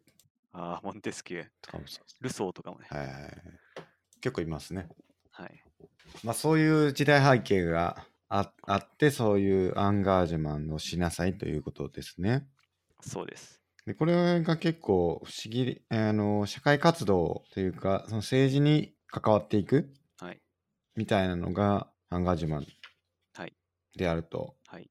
S2: ああ、モンテスキュー。
S1: とかもそうです
S2: ルソーとかもね。
S1: はいはいはい。結構いますね。
S2: はい。
S1: まあそういう時代背景がああって、そういうアンガージュマンをしなさいということですね。
S2: そうです。
S1: でこれが結構不思議、あの、社会活動というか、その政治に関わっていく
S2: はい。
S1: みたいなのがアンガージュマン
S2: はい
S1: であると
S2: はい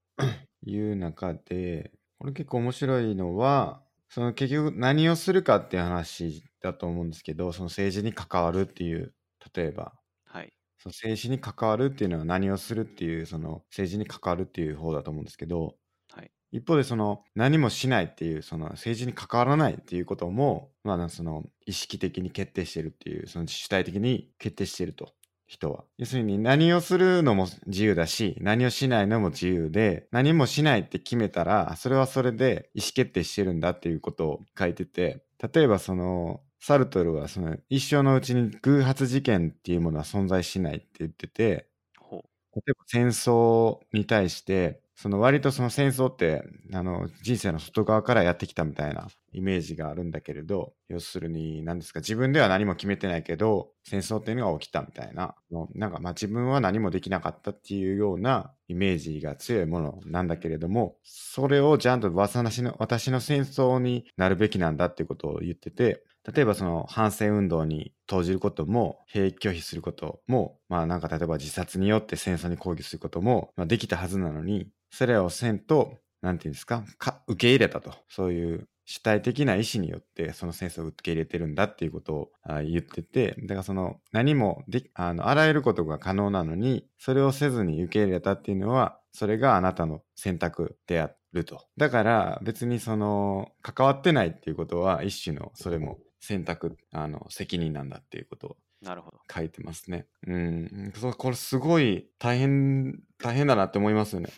S1: いう中で、これ結構面白いのは、その結局何をするかっていう話だと思うんですけど、その政治に関わるっていう、例えば、
S2: はい。
S1: その政治に関わるっていうのは何をするっていう、その政治に関わるっていう方だと思うんですけど、
S2: はい
S1: 一方でその何もしないっていう、その政治に関わらないっていうことも、まあなんかその意識的に決定してるっていう、その主体的に決定してると。人は。要するに何をするのも自由だし、何をしないのも自由で、何もしないって決めたら、それはそれで意思決定してるんだっていうことを書いてて、例えばその、サルトルはその一生のうちに偶発事件っていうものは存在しないって言ってて、
S2: ほ
S1: 例えば戦争に対して、その割とその戦争ってあの人生の外側からやってきたみたいなイメージがあるんだけれど、要するに何ですか、自分では何も決めてないけど、戦争っていうのが起きたみたいな、もうなんかまあ自分は何もできなかったっていうようなイメージが強いものなんだけれども、それをちゃんと私の私の戦争になるべきなんだっていうことを言ってて、例えばその反戦運動に投じることも、兵役拒否することも、まあなんか例えば自殺によって戦争に抗議することも、まあ、できたはずなのに、それをせんと、なんていうんですかか、受け入れたと。そういう主体的な意思によってその戦争を受け入れてるんだっていうことをあ言ってて、だからその何もであの、あらゆることが可能なのに、それをせずに受け入れたっていうのは、それがあなたの選択であると。だから別にその関わってないっていうことは一種のそれも選択、あの責任なんだっていうことを
S2: う。なるほど。
S1: 書いてますね。うん。そうこれすごい大変、大変だなって思いますよね。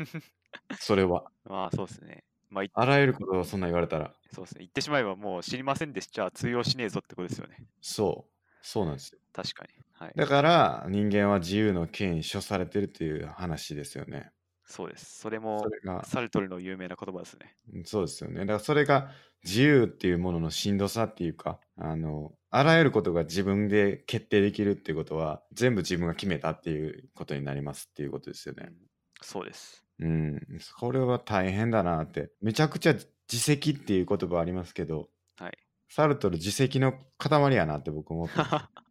S1: それは。
S2: まあそうですね。まあ、い
S1: あらゆることをそんな言われたら。
S2: そうですね。言ってしまえばもう知りませんでした。通用しねえぞってことですよね。
S1: そう。そうなんですよ。
S2: 確かに。はい。
S1: だから人間は自由の権威所されてるっていう話ですよね。
S2: そうです。それも
S1: それが、
S2: サルトルの有名な言葉ですね。
S1: うんそうですよね。だからそれが自由っていうもののしんどさっていうか、あの、あらゆることが自分で決定できるっていうことは、全部自分が決めたっていうことになりますっていうことですよね。
S2: そうです。 (laughs)
S1: うん、これは大変だなって。めちゃくちゃ自責っていう言葉ありますけど、
S2: はい
S1: サルトル自責の塊やなって僕思ってます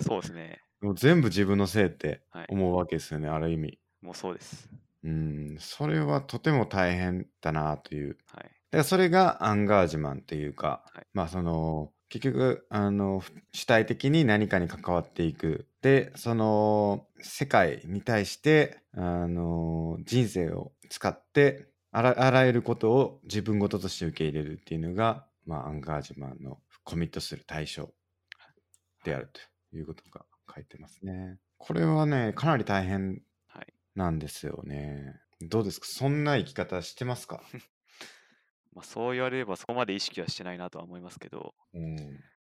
S2: そうですね。
S1: もう全部自分のせいって
S2: はい。
S1: 思うわけですよね、ある意味。
S2: もうそうです。
S1: うん、それはとても大変だなという。
S2: はい。
S1: だからそれがアンガージュマンっていうか、
S2: はい
S1: まあその、結局、あの、ふ主体的に何かに関わっていく。で、その、世界に対して、あの、人生を使って、あらあらゆることを自分事として受け入れるっていうのが、まあ、アンガージュマンのコミットする対象であるということが書いてますね。これはね、かなり大変
S2: はい
S1: なんですよね。どうですかそんな生き方してます
S2: (laughs)
S1: か
S2: まあ、そう言われればそこまで意識はしてないなとは思いますけど、
S1: うん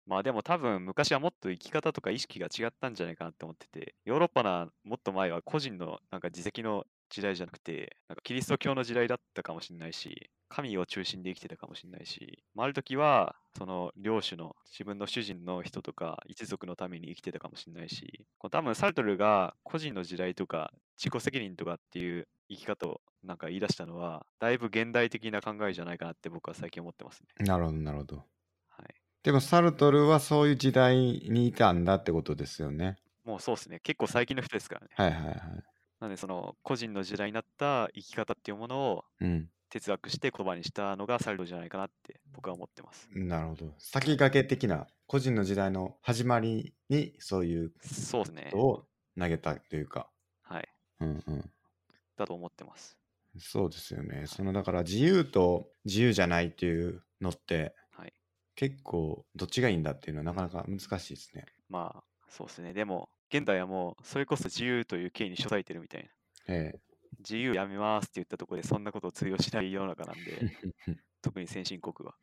S2: まあでも多分昔はもっと生き方とか意識が違ったんじゃないかなって思ってて、ヨーロッパなもっと前は個人のなんか自責の時代じゃなくて、なんかキリスト教の時代だったかもしれないし、神を中心で生きてたかもしれないし、まあ、ある時はその領主の自分の主人の人とか一族のために生きてたかもしれないし、こう多分サルトルが個人の時代とか自己責任とかっていう生き方をなんか言い出したのは、だいぶ現代的な考えじゃないかなって僕は最近思ってますね。
S1: なるほど、なるほど。
S2: はい。
S1: でも、サルトルはそういう時代にいたんだってことですよね。
S2: もうそうですね。結構最近の人ですからね。
S1: はいはいはい。
S2: なのでその個人の時代になった生き方っていうものを
S1: うん。
S2: 哲学して言葉にしたのがサルトルじゃないかなって僕は思ってます。
S1: なるほど。先駆け的な、個人の時代の始まりにそういう
S2: そうで
S1: こ
S2: すね
S1: と。を投げたというか。
S2: はい。
S1: うんうん。
S2: だと思ってます。
S1: そうですよね。そのだから自由と自由じゃないっていうのって、
S2: はい
S1: 結構どっちがいいんだっていうのはなかなか難しいですね。
S2: まあ、そうですね。でも、現代はもう、それこそ自由という刑に処されてるみたいな。
S1: え
S2: 自由やめますって言ったところで、そんなことを通用しない世の中なんで、特に先進国は。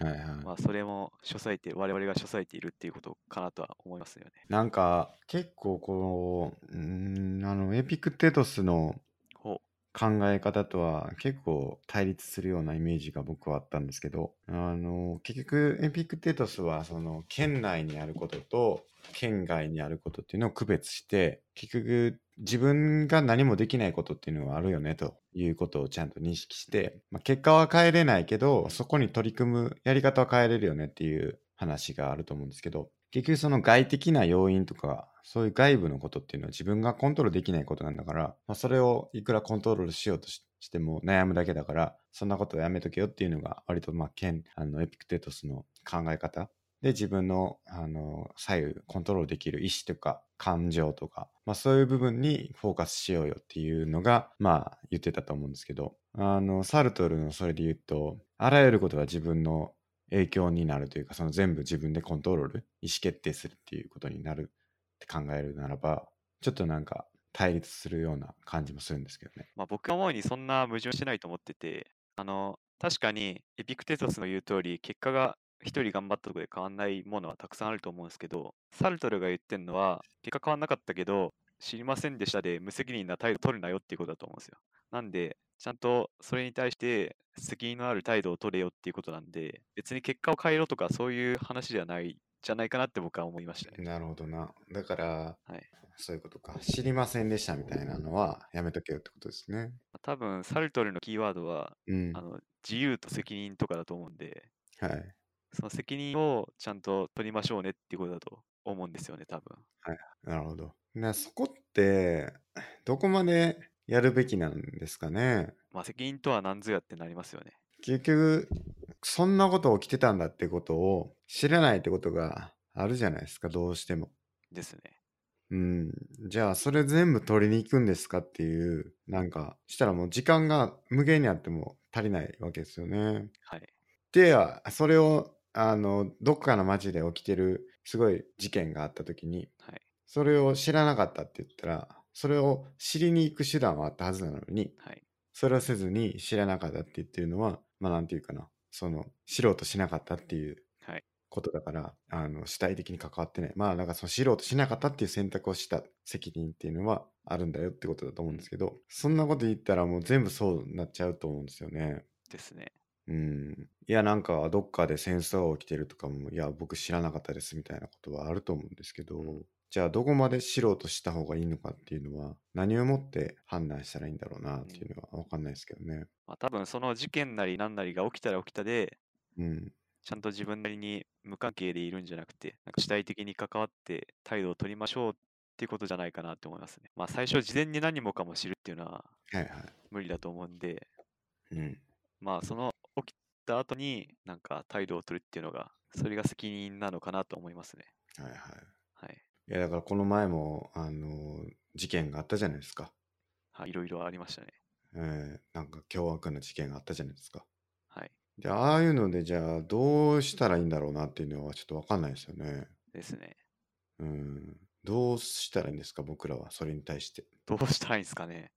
S1: えはいはい。
S2: まあ、それも処されて、我々が処されているっていうことかなとは思いますよね。
S1: なんか結構このうーんあのエピクテトスの
S2: ほ
S1: 考え方とは結構対立するようなイメージが僕はあったんですけどあの結局エピクテトスはその県内にあることと県外にあることっていうのを区別して結局自分が何もできないことっていうのはあるよねということをちゃんと認識して、まあ、結果は変えれないけどそこに取り組むやり方は変えれるよねっていう話があると思うんですけど結局その外的な要因とかそういう外部のことっていうのは自分がコントロールできないことなんだから、まあ、それをいくらコントロールしようとししても悩むだけだからそんなことはやめとけよっていうのが割とまあ剣あのエピクテトスの考え方で自分のあの左右コントロールできる意思とか感情とか、まあ、そういう部分にフォーカスしようよっていうのがまあ言ってたと思うんですけどあのサルトルのそれで言うとあらゆることは自分の影響になるというかその全部自分でコントロール意思決定するっていうことになるって考えるならばちょっとなんか対立するような感じもするんですけどね。
S2: う。まあ、僕は思うにそんな矛盾してないと思ってて、あの、確かにエピクテトスの言う通り、結果が一人頑張ったところで変わんないものはたくさんあると思うんですけど、サルトルが言ってるのは、結果変わんなかったけど、知りませんでしたで無責任な態度取るなよっていうことだと思うんですよ。なんで、ちゃんとそれに対して責任のある態度を取れよっていうことなんで、別に結果を変えろとかそういう話ではないじゃないかなって僕は思いましたね。
S1: なるほどな。だから、
S2: はい
S1: そういうことか。知りませんでしたみたいなのはやめとけよってことですね。
S2: 多分、サルトルのキーワードは、
S1: うん。
S2: あ
S1: は
S2: の自由と責任とかだと思うんで、
S1: い。はい
S2: その責任をちゃんと取りましょうねっていうことだと思うんですよね、多分。
S1: なるほど。なそこって、どこまでやるべきなんですかね。
S2: まあ責任とは何ぞやってなりますよね。
S1: 結局、そんなこと起きてたんだってことを知らないってことがあるじゃないですか、どうしても。
S2: ですね。
S1: うん。じゃあ、それ全部取りに行くんですかっていう、なんか、したらもう時間が無限にあっても足りないわけですよね。
S2: はい。
S1: ではそれをあのどっかの町で起きてるすごい事件があった時に、
S2: はい
S1: それを知らなかったって言ったらそれを知りに行く手段はあったはずなのに
S2: はい。
S1: それをせずに知らなかったって言ってるのはまあなんていうかなその知ろうとしなかったっていう
S2: はい
S1: ことだから、あの主体的に関わってないまあなんかその知ろうとしなかったっていう選択をした責任っていうのはあるんだよってことだと思うんですけどそんなこと言ったらもう全部そうなっちゃうと思うんですよね。
S2: ですね。
S1: うん、いやなんかどっかで戦争が起きてるとかもいや僕知らなかったですみたいなことはあると思うんですけどじゃあどこまで知ろうとした方がいいのかっていうのは何をもって判断したらいいんだろうなっていうのは分かんないですけどね。
S2: まあ多分その事件なり何なりが起きたら起きたで、
S1: うん、
S2: ちゃんと自分なりに無関係でいるんじゃなくて、なんか主体的に関わって態度を取りましょうっていうことじゃないかなって思いますね。まあ最初事前に何もかも知るっていうのは
S1: はいはい。
S2: 無理だと思うんで、
S1: うん、
S2: まあその起きた後になんか態度を取るっていうのが、それが責任なのかなと思いますね。
S1: はいはい。
S2: はい。
S1: いやだからこの前もあの事件があったじゃないですか。
S2: はい、いろいろありましたね。
S1: えーなんか凶悪な事件があったじゃないですか。
S2: はい。
S1: でああいうのでじゃあどうしたらいいんだろうなっていうのはちょっと分かんないですよね。
S2: ですね。 (laughs)
S1: うん、どうしたらいいんですか僕らはそれに対して。
S2: どうしたらいいんですかね。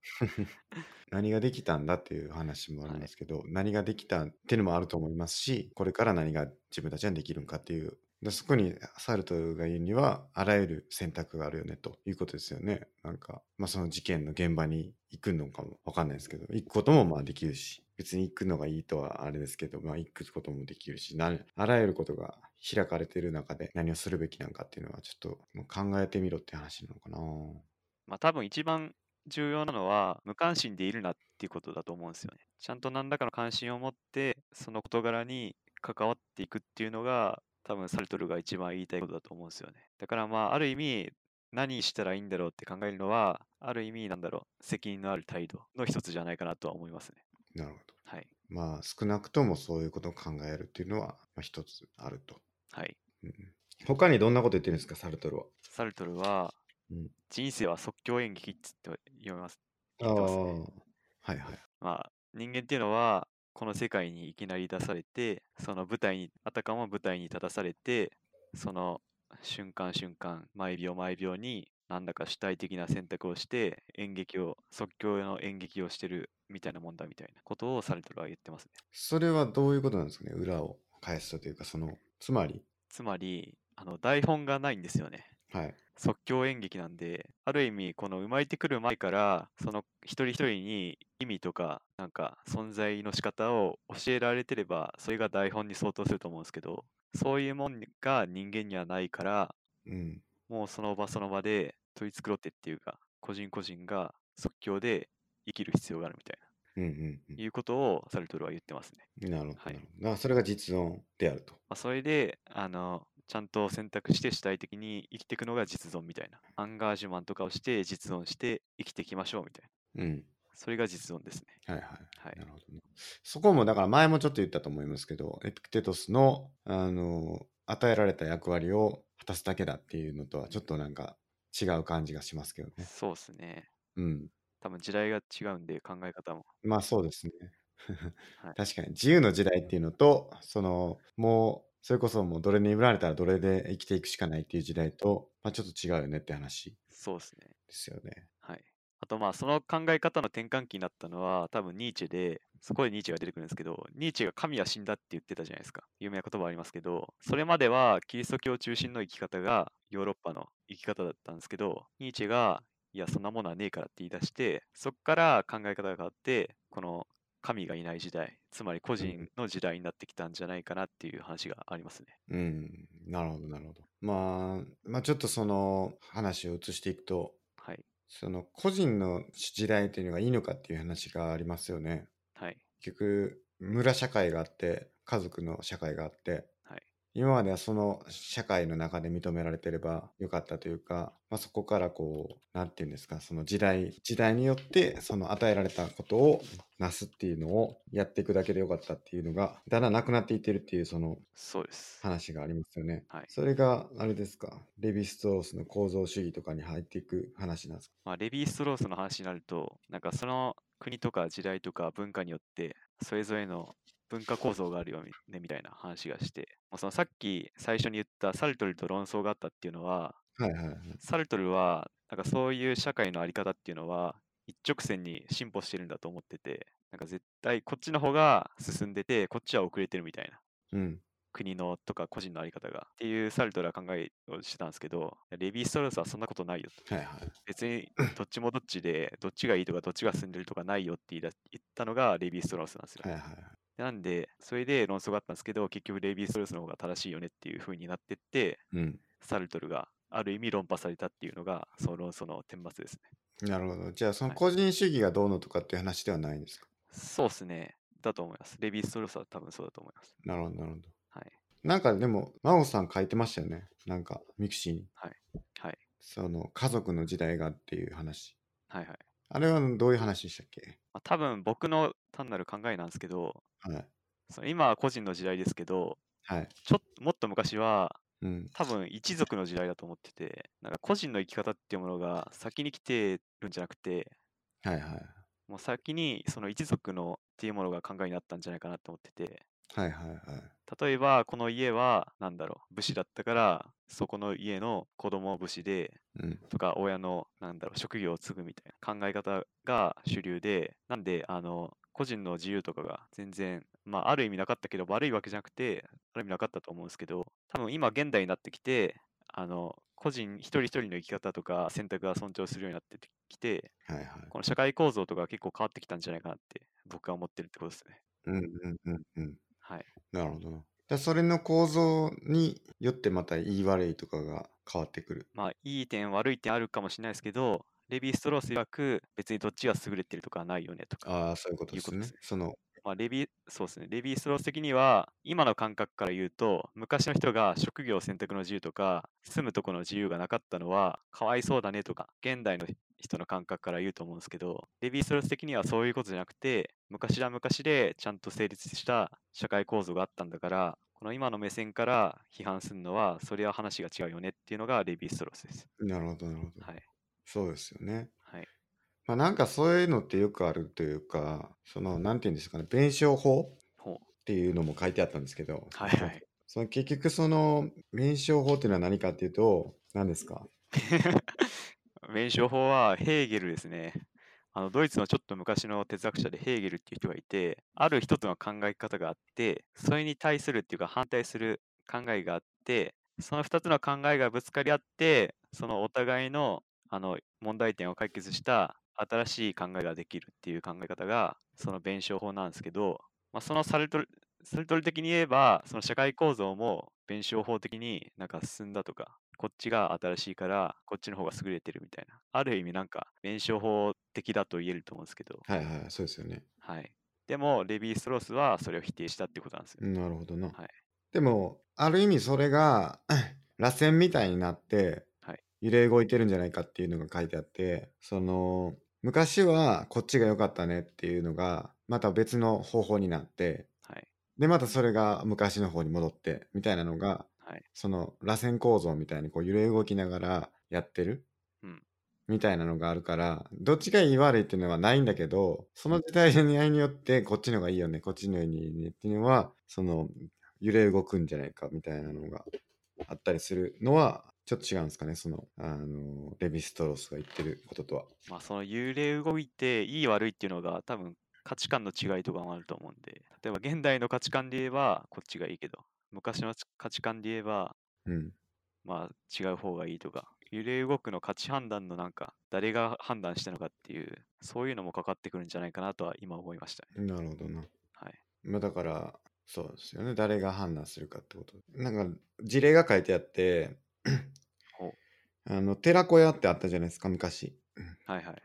S1: 何ができたんだっていう話もありますけど、何ができたっていうのもあると思いますしこれから何が自分たちはできるんかっていうでそこにサルトルが言うにはあらゆる選択があるよねということですよねなんか、まあ、その事件の現場に行くのかもわかんないですけど行くこともまあできるし別に行くのがいいとはあれですけど、まあ、行くこともできるしなあらゆることが開かれている中で何をするべきなのかっていうのはちょっともう考えてみろって話なのかな
S2: まあ多分一番重要なのは無関心でいるなっていうことだと思うんですよね。ちゃんと何らかの関心を持ってその事柄に関わっていくっていうのが多分サルトルが一番言いたいことだと思うんですよね。だからまあある意味何したらいいんだろうって考えるのはある意味なんだろう責任のある態度の一つじゃないかなとは思いますね。
S1: なるほど
S2: はい。
S1: まあ少なくともそういうことを考えるっていうのはまあ一つあると、
S2: はい。
S1: うん他にどんなこと言ってるんですかサルトルは。
S2: サルトルは
S1: うん
S2: 人生は即興演劇っつって読みます。
S1: あ
S2: 言ってますね
S1: はいはい。
S2: まあ、人間っていうのは、この世界にいきなり出されて、その舞台に、あたかも舞台に立たされて、その瞬間瞬間、毎秒毎秒に、なんだか主体的な選択をして、演劇を、即興の演劇をしてるみたいなもんだみたいなことをサルトルは言ってますね。
S1: それはどういうことなんですかね裏を返すとというか、その、つまり、
S2: つまり、あの台本がないんですよね。
S1: はい。
S2: 即興演劇なんである意味この生まれてくる前からその一人一人に意味とかなんか存在の仕方を教えられてればそれが台本に相当すると思うんですけどそういうもんが人間にはないから
S1: うん。
S2: もうその場その場で取り繕ってっていうか個人個人が即興で生きる必要があるみたい
S1: うんうんうん
S2: ないうことをサルトルは言ってますね。
S1: なるほど。
S2: はい
S1: なるほどあそれが実音であると。
S2: まあ、それであのちゃんと選択して主体的に生きていくのが実存みたいなアンガージュマンとかをして実存して生きていきましょうみたいな。
S1: うん。
S2: それが実存ですね。
S1: はいはい。
S2: はい
S1: な。るほどね、そこもだから前もちょっと言ったと思いますけどエピクテトスのあの与えられた役割を果たすだけだっていうのとはちょっとなんか違う感じがしますけどね。
S2: そうですね。
S1: うん、
S2: 多分時代が違うんで考え方も。
S1: まあそうですね。 (laughs)
S2: はい
S1: 確かに自由の時代っていうのとそのもうそれこそもうどれにぶられたらどれで生きていくしかないっていう時代と、まあ、ちょっと違うよねって話
S2: そうですね。
S1: ですよね。
S2: はい。あとまあその考え方の転換期になったのは多分ニーチェで、そこでニーチェが出てくるんですけど、ニーチェが神は死んだって言ってたじゃないですか。有名な言葉ありますけど、それまではキリスト教中心の生き方がヨーロッパの生き方だったんですけど、ニーチェがいやそんなものはねえからって言い出して、そこから考え方が変わって、この神がいない時代、つまり個人の時代になってきたんじゃないかなっていう話がありますね。
S1: うん、なるほどなるほど。まあ、まあちょっとその話を移していくと
S2: はい。
S1: その個人の時代というのがいいのかっていう話がありますよね。
S2: はい。
S1: 結局村社会があって家族の社会があって、
S2: はい
S1: 今まではその社会の中で認められてればよかったというか、まあ、そこからこう何て言うんですかその時代時代によってその与えられたことをなすっていうのをやっていくだけでよかったっていうのがだんだんなくなっていってるっていうその
S2: そうです。
S1: 話がありますよね。
S2: はい
S1: それがあれですかレヴィストロースの構造主義とかに入っていく話なんですか
S2: まあ、レヴィ・ストロースの話になると、なんかその国とか時代とか文化によって、それぞれの文化構造があるよねみたいな話がして、もうそのさっき最初に言ったサルトルと論争があったっていうのは、
S1: はいはいはい。
S2: サルトルは、なんかそういう社会のあり方っていうのは、一直線に進歩してるんだと思ってて、なんか絶対こっちの方が進んでて、こっちは遅れてるみたいな。
S1: うん。
S2: 国のとか個人のあり方がっていうサルトルは考えをしてたんですけど、レヴィ・ストロースはそんなことないよと。
S1: はいはい。
S2: 別にどっちもどっちでどっちがいいとかどっちが進んでるとかないよって言いだ言ったのがレヴィ・ストロースなんですよ。
S1: はいはいはい。
S2: なんでそれで論争があったんですけど結局レヴィ・ストロースの方が正しいよねっていう風になってって
S1: うん。
S2: サルトルがある意味論破されたっていうのがその論争の顛末ですね。
S1: なるほど。じゃあ、その
S2: はい
S1: 個人主義がどうのとかっていう話ではないんですか、
S2: そうですね。だと思います。レヴィ・ストロースは多分そうだと思います。
S1: なるほど、なるほど。
S2: はい。
S1: なんかでも、真央さん書いてましたよね。なんか、ミクシーに。
S2: はい。
S1: その、家族の時代がっていう話。
S2: はいはい。
S1: あれはどういう話でしたっけ
S2: まあ、多分僕の単なる考えなんですけど
S1: はい。
S2: その今は個人の時代ですけど
S1: はい。
S2: ちょっともっと昔は
S1: うん。
S2: 多分一族の時代だと思っててなんか個人の生き方っていうものが先に来てるんじゃなくて
S1: はいはい。
S2: もう先にその一族のっていうものが考えになったんじゃないかなと思ってて
S1: はいはいはい。
S2: 例えばこの家は何だろう武士だったからそこの家の子供を武士で
S1: うん。
S2: とか親のなんだろう職業を継ぐみたいな考え方が主流でなんであの個人の自由とかが全然まあある意味なかったけど悪いわけじゃなくてある意味なかったと思うんですけど多分今現代になってきてあの個人一人一人の生き方とか選択が尊重するようになってきて
S1: はいはい。
S2: この社会構造とか結構変わってきたんじゃないかなって僕は思ってるってことですね
S1: うんうんうんうん。
S2: はい
S1: なるほどな。じゃあそれの構造によってまた言い悪いとかが変わってくる。
S2: まあいい点悪い点あるかもしれないですけどレヴィ・ストロース曰く別にどっちが優れてるとかはないよねとか
S1: ああ、そういうことです
S2: いう
S1: ね
S2: ことで。
S1: その、
S2: まあ、レビそうですね、レビー・ストロース的には、今の感覚から言うと、昔の人が職業選択の自由とか、住むとこの自由がなかったのは、かわいそうだねとか、現代の人の感覚から言うと思うんですけど、レビー・ストロース的にはそういうことじゃなくて、昔は昔でちゃんと成立した社会構造があったんだから、この今の目線から批判するのは、それは話が違うよねっていうのがレビー・ストロースです。
S1: なるほどなるほど。
S2: はい。
S1: そうですよね。
S2: はい。
S1: まあ、なんかそういうのってよくあるというか、その、なんていうんですかね、弁証法
S2: ほう
S1: っていうのも書いてあったんですけど、
S2: はいはい。
S1: その結局その、弁証法っていうのは何かっていうと、何ですか
S2: (laughs) 名称法はヘーゲルですね。あのドイツのちょっと昔の哲学者でヘーゲルっていう人がいて、ある一つの考え方があって、それに対するっていうか反対する考えがあって、その二つの考えがぶつかり合って、そのお互いのあの問題点を解決した新しい考えができるっていう考え方が、その弁証法なんですけど、まあ、そのサルトルサルトル的に言えば、その社会構造も弁証法的になんか進んだとか、こっちが新しいから、こっちの方が優れてるみたいな。ある意味なんか弁証法的だと言えると思うんですけど、
S1: はいはい、そうですよね。
S2: はい。でも、レヴィ・ストロースはそれを否定したってことなんですよ。
S1: なるほどな。
S2: はい
S1: でも、ある意味それが、 (clears throat) 螺旋みたいになって
S2: はい、
S1: 揺れ動いてるんじゃないかっていうのが書いてあって、その、昔はこっちが良かったねっていうのが、また別の方法になって、
S2: はい。
S1: で、またそれが昔の方に戻って、みたいなのが、
S2: はい
S1: その螺旋構造みたいにこう揺れ動きながらやってる、
S2: うん
S1: みたいなのがあるから、どっちがいい悪いっていうのはないんだけど、その時代に合いによって、こっちの方がいいよね、こっちの方がいいねっていうのは、その揺れ動くんじゃないかみたいなのがあったりするのは、ちょっと違うんですかね、その、あの、レヴィストロースが言ってることとは。
S2: まあ、その幽霊動いて、いい悪いっていうのが多分価値観の違いとかもあると思うんで、例えば現代の価値観で言えば、こっちがいいけど、昔の価値観で言えば、
S1: うん。
S2: まあ違う方がいいとか、揺れ動くの価値判断のなんか、誰が判断したのかっていう、そういうのもかかってくるんじゃないかなとは今思いましたね。
S1: なるほどな。
S2: はい。
S1: まあだから、そうですよね。誰が判断するかってこと。なんか、事例が書いてあって
S2: (clears throat) ほう、
S1: あの、寺子屋ってあったじゃないですか、昔。
S2: はいはい。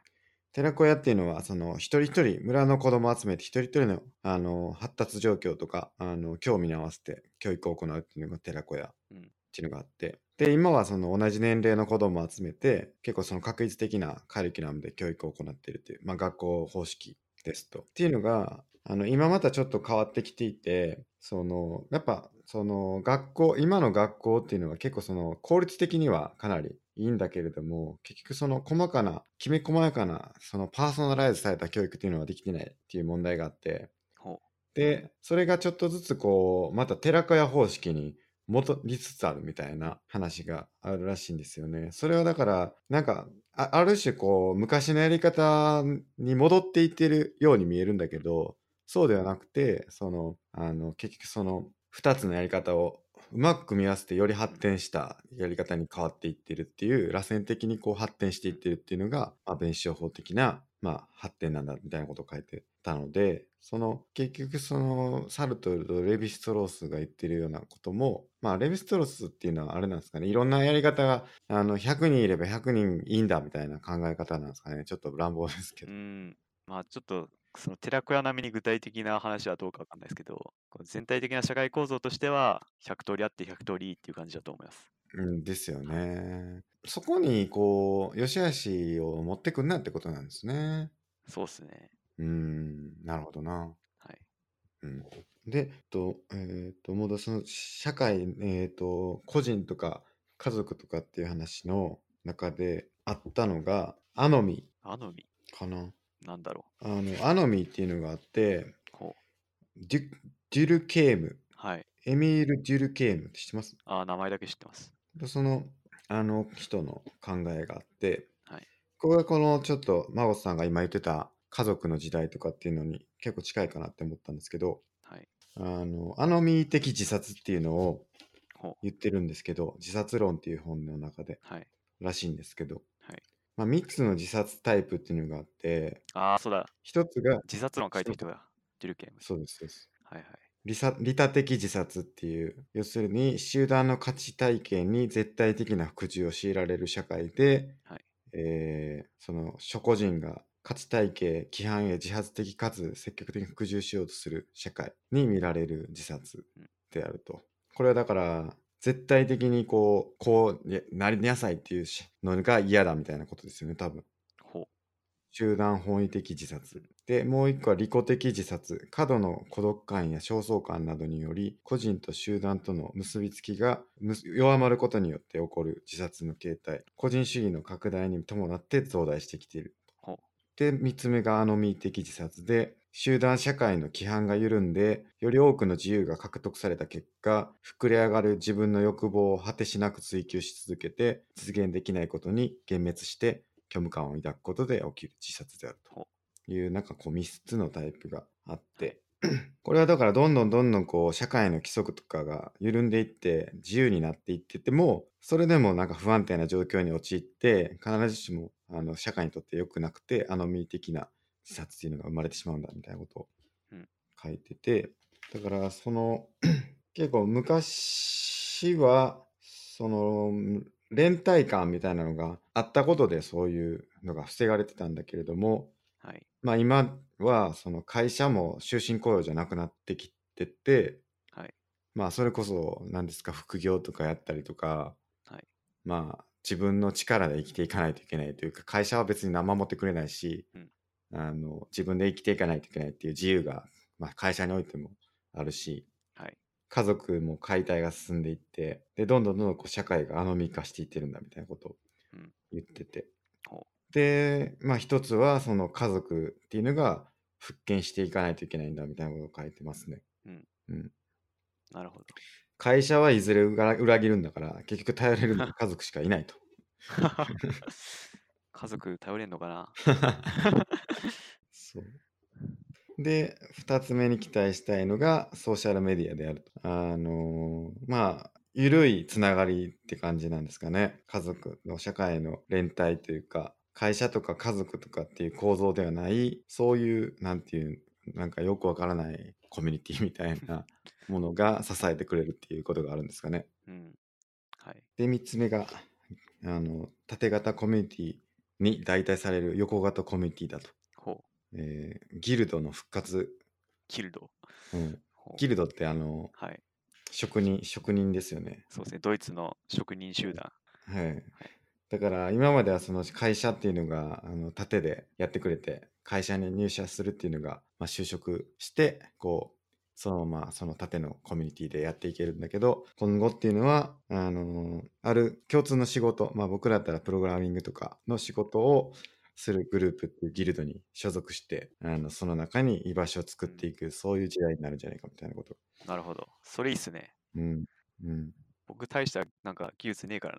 S1: 寺子屋っていうのは、その、一人一人、村の子供を集めて、一人一人の、あの、発達状況とか、あの、興味に合わせて教育を行うっていうのが寺子屋って
S2: うん
S1: いうのがあって。で、今はその、同じ年齢の子供を集めて、結構その、確率的なカリキュラムで教育を行っているという、まあ、学校方式ですと。っていうのが、あの、今またちょっと変わってきていて、その、やっぱ、その、学校、今の学校っていうのは結構その、効率的にはかなりいいんだけれども、結局その、細かな、きめ細やかな、その、パーソナライズされた教育っていうのはできてないっていう問題があって、
S2: ほ
S1: で、それがちょっとずつこう、また寺子屋方式に戻りつつあるみたいな話があるらしいんですよね。それはだから、なんか、あある種こう、昔のやり方に戻っていってるように見えるんだけど、そうではなくて、その、あの、結局その、二つのやり方をうまく組み合わせてより発展したやり方に変わっていってるっていう、螺旋的にこう発展していってるっていうのが、まあ、弁証法的な、まあ、発展なんだみたいなことを書いてたので、その、結局その、サルトルとレヴィストロースが言ってるようなことも、まあ、レヴィストロースっていうのはあれなんですかね、いろんなやり方が、あの、100人いれば100人いいんだみたいな考え方なんですかね。ちょっと乱暴ですけ
S2: う。う
S1: ど。
S2: ーん。まあちょっと、その寺子屋並みに具体的な話はどうかわかんないですけど、こう全体的な社会構造としては、100通りあって100通りいいっていう感じだと思います。
S1: うん、ですよね。そこに、こう、良し悪しを持ってくんなってことなんですね。
S2: そうですね。
S1: うん、なるほどな。
S2: はい。
S1: うん、で、えっと、えーっと、もうだその社会、えーっと、個人とか家族とかっていう話の中であったのが、アノミ
S2: アノミ、
S1: かな。
S2: なんだろ
S1: あの、アノミっていうのがあって、
S2: う。ほう。
S1: デュデュルケーム、
S2: はい。
S1: エミール・デュルケームって知ってます
S2: あー名前だけ知ってます。
S1: でそのあの人の考えがあって、
S2: はい
S1: ここがこのちょっと真帆さんが今言ってた家族の時代とかっていうのに結構近いかなって思ったんですけど
S2: はい。
S1: あのアノミー的自殺っていうのを
S2: ほう。
S1: 言ってるんですけど自殺論っていう本の中で
S2: はい。
S1: らしいんですけど、
S2: はい
S1: まあ、3つの自殺タイプっていうのがあって
S2: ああ、そうだ。
S1: 1つが
S2: 自殺論書いてる人が、デュルケーム。
S1: そうですそうです
S2: はいはい。
S1: 利他利他的自殺っていう要するに集団の価値体験に絶対的な服従を強いられる社会で、
S2: はい
S1: えーその諸個人が価値体系規範へ自発的かつ積極的に服従しようとする社会に見られる自殺であると。これはだから絶対的にこうこうやなりなさいっていうしのが嫌だみたいなことですよね多分。
S2: ほう。
S1: 集団本位的自殺。で、もう一個は利己的自殺。過度の孤独感や焦燥感などにより、個人と集団との結びつきがむす弱まることによって起こる自殺の形態。個人主義の拡大に伴って増大してきている
S2: ほう。
S1: で、3つ目がアノミー的自殺で、集団社会の規範が緩んで、より多くの自由が獲得された結果、膨れ上がる自分の欲望を果てしなく追求し続けて、実現できないことに幻滅して、虚無感を抱くことで起きる自殺であるという、なんかこう3つのタイプがあって、 (clears throat) これはだからどんどんどんどんこう社会の規則とかが緩んでいって自由になっていっててもそれでもなんか不安定な状況に陥って必ずしもあの社会にとって良くなくてアノミー的な自殺っていうのが生まれてしまうんだみたいなことを
S2: うん
S1: 書いててだからその (clears throat) 結構昔はその連帯感みたいなのがあったことでそういうのが防がれてたんだけれども
S2: はい。
S1: まあ、今はその会社も終身雇用じゃなくなってきてて、
S2: はい
S1: まあそれこそ何ですか副業とかやったりとか、
S2: はい
S1: まあ自分の力で生きていかないといけないというか会社は別に何も持ってくれないし、
S2: うん
S1: あの自分で生きていかないといけないっていう自由が、まあ、会社においてもあるし
S2: はい。
S1: 家族も解体が進んでいってでどんどんどんどんこう社会がアノミ化していってるんだみたいなことを
S2: うん
S1: 言ってて、
S2: ほ
S1: でまあ一つはその家族っていうのが復権していかないといけないんだみたいなことを書いてますね
S2: なるほど。
S1: 会社はいずれ裏裏切るんだから結局頼れるのは家族しかいないと
S2: 家族頼れんのかな
S1: (laughs) そうで2つ目に期待したいのがソーシャルメディアであるとあのーまあ緩いつながりって感じなんですかね家族の社会の連帯というか会社とか家族とかっていう構造ではないそういうなんていうなんかよくわからないコミュニティ (laughs) みたいなものが支えてくれるっていうことがあるんですかね
S2: うん。はい。
S1: で3つ目があの縦型コミュニティに代替される横型コミュニティだと、
S2: ほう。
S1: えーギルドの復活、
S2: ギルド。
S1: うん、
S2: ほう
S1: ギルドってあの
S2: はい。
S1: 職人職人ですよね
S2: そうですね。ドイツの職人集団。
S1: はいだから今まではその会社っていうのがあの縦でやってくれて会社に入社するっていうのが、まあ、就職してこうそのままその縦のコミュニティでやっていけるんだけど今後っていうのはあのある共通の仕事、まあ、僕らだったらプログラミングとかの仕事をするグループっていうギルドに所属してあのその中に居場所を作っていくそういう時代になるんじゃないかみたいなこと。
S2: なるほど。それいいっすね。
S1: うんうん、
S2: 僕大したなんか技術ねえから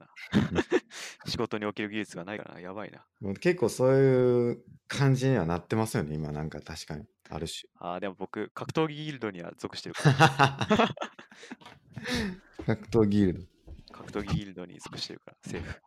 S2: な。 (laughs) 仕事における技術がないからな。やばいな。
S1: もう結構そういう感じにはなってますよね今なんか確かにある
S2: (laughs)
S1: 種。 (laughs)
S2: ああ、でも僕、格闘技ギルドには属してるから。
S1: 格闘ギルド。
S2: 格闘技ギルドに属してるから、セーフ。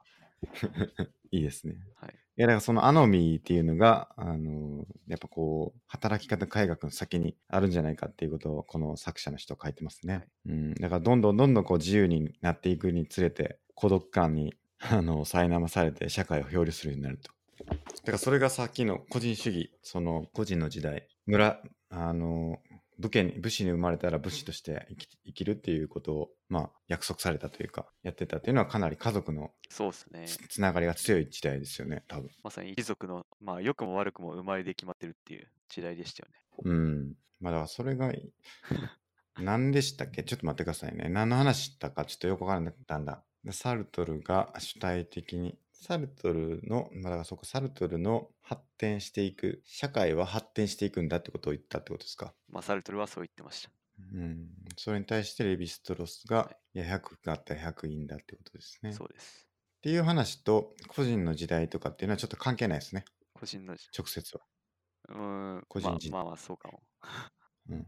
S1: いいですね。
S2: はい。
S1: いや、だからそのアノミーっていうのが、あのやっぱこう、働き方改革の先にあるんじゃないかっていうことを、この作者の人書いてますね。
S2: はい
S1: うん。だからどんどんどんどんこう自由になっていくにつれて、孤独感に、 (laughs) あの、苛まされて社会を漂流するようになると。だからそれがさっきの個人主義、その個人の時代、村、あの武家に武士に生まれたら武士として生き生きるっていうことを、まあ、約束されたというかやってたっていうのはかなり家族の
S2: そうっすね。
S1: つつながりが強い時代ですよね多分。
S2: まさに一族の、まあ、良くも悪くも生まれで決まってるっていう時代でしたよね。
S1: うん。まあだからそれ
S2: (laughs)
S1: がいい、何でしたっけちょっと待ってくださいね。何の話したかちょっとよくわからなかったんだ。でサルトルが主体的に、サルトルの、まあだからそこ、サルトルの発展していく、社会は発展していくんだってことを言ったってことですか。
S2: まあ、サルトルはそう言ってました。
S1: うん。それに対してレヴィストロスが、いや、100があったら100いいんだってことですね。っ
S2: そうです。
S1: ていう話と、個人の時代とかっていうのはちょっと関係ないですね。
S2: 個人の、
S1: 直接は。
S2: うーん、
S1: 個人事
S2: まあ、まあまあ、そうかも。
S1: うんうん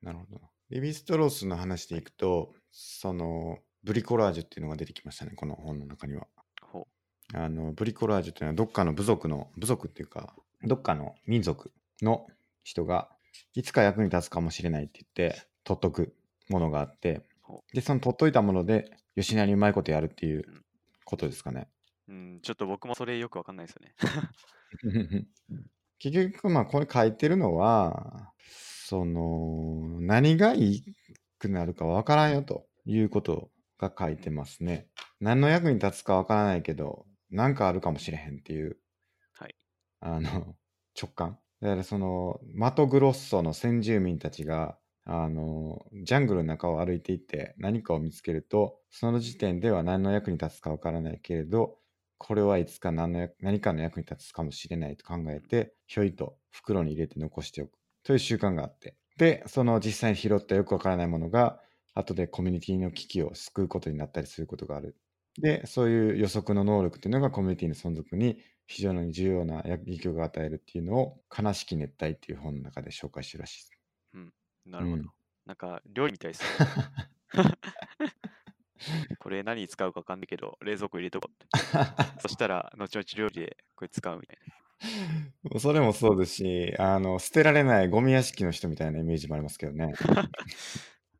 S1: なるほどな。レヴィストロースの話でいくと、そのブリコラージュっていうのが出てきましたね、この本の中には。
S2: ほ
S1: あのブリコラージュっていうのはどっかの部族の部族っていうかどっかの民族の人がいつか役に立つかもしれないって言って取っとくものがあって
S2: ほ
S1: でその取っといたもので吉成にうまいことやるっていうことですかね。
S2: う。うん、ちょっと僕もそれよくわかんないですよね。 (laughs)
S1: (laughs) 結局まあこれ書いてるのはその何がいいくなるかわからんよということが書いてますね。何の役に立つかわからないけど何かあるかもしれへんっていう、
S2: はい
S1: あの直感。だからそのマトグロッソの先住民たちがあのジャングルの中を歩いていって何かを見つけるとその時点では何の役に立つかわからないけれどこれはいつか何の役何かの役に立つかもしれないと考えて、ひょいと袋に入れて残しておくという習慣があって、で、その実際に拾ったよくわからないものが、後でコミュニティの危機を救うことになったりすることがある。で、そういう予測の能力っていうのがコミュニティの存続に非常に重要な影響が与えるっていうのを「悲しき熱帯」っていう本の中で紹介してるらしいです。
S2: なるほど。
S1: うん
S2: なんか料理みたいですね。
S1: (laughs)
S2: これ何に使うか分かんないけど、冷蔵庫入れとこうっ
S1: (laughs)
S2: て。そしたら、後々料理でこれ使うみたいな。
S1: それもそうですしあの捨てられないゴミ屋敷の人みたいなイメージもありますけどね。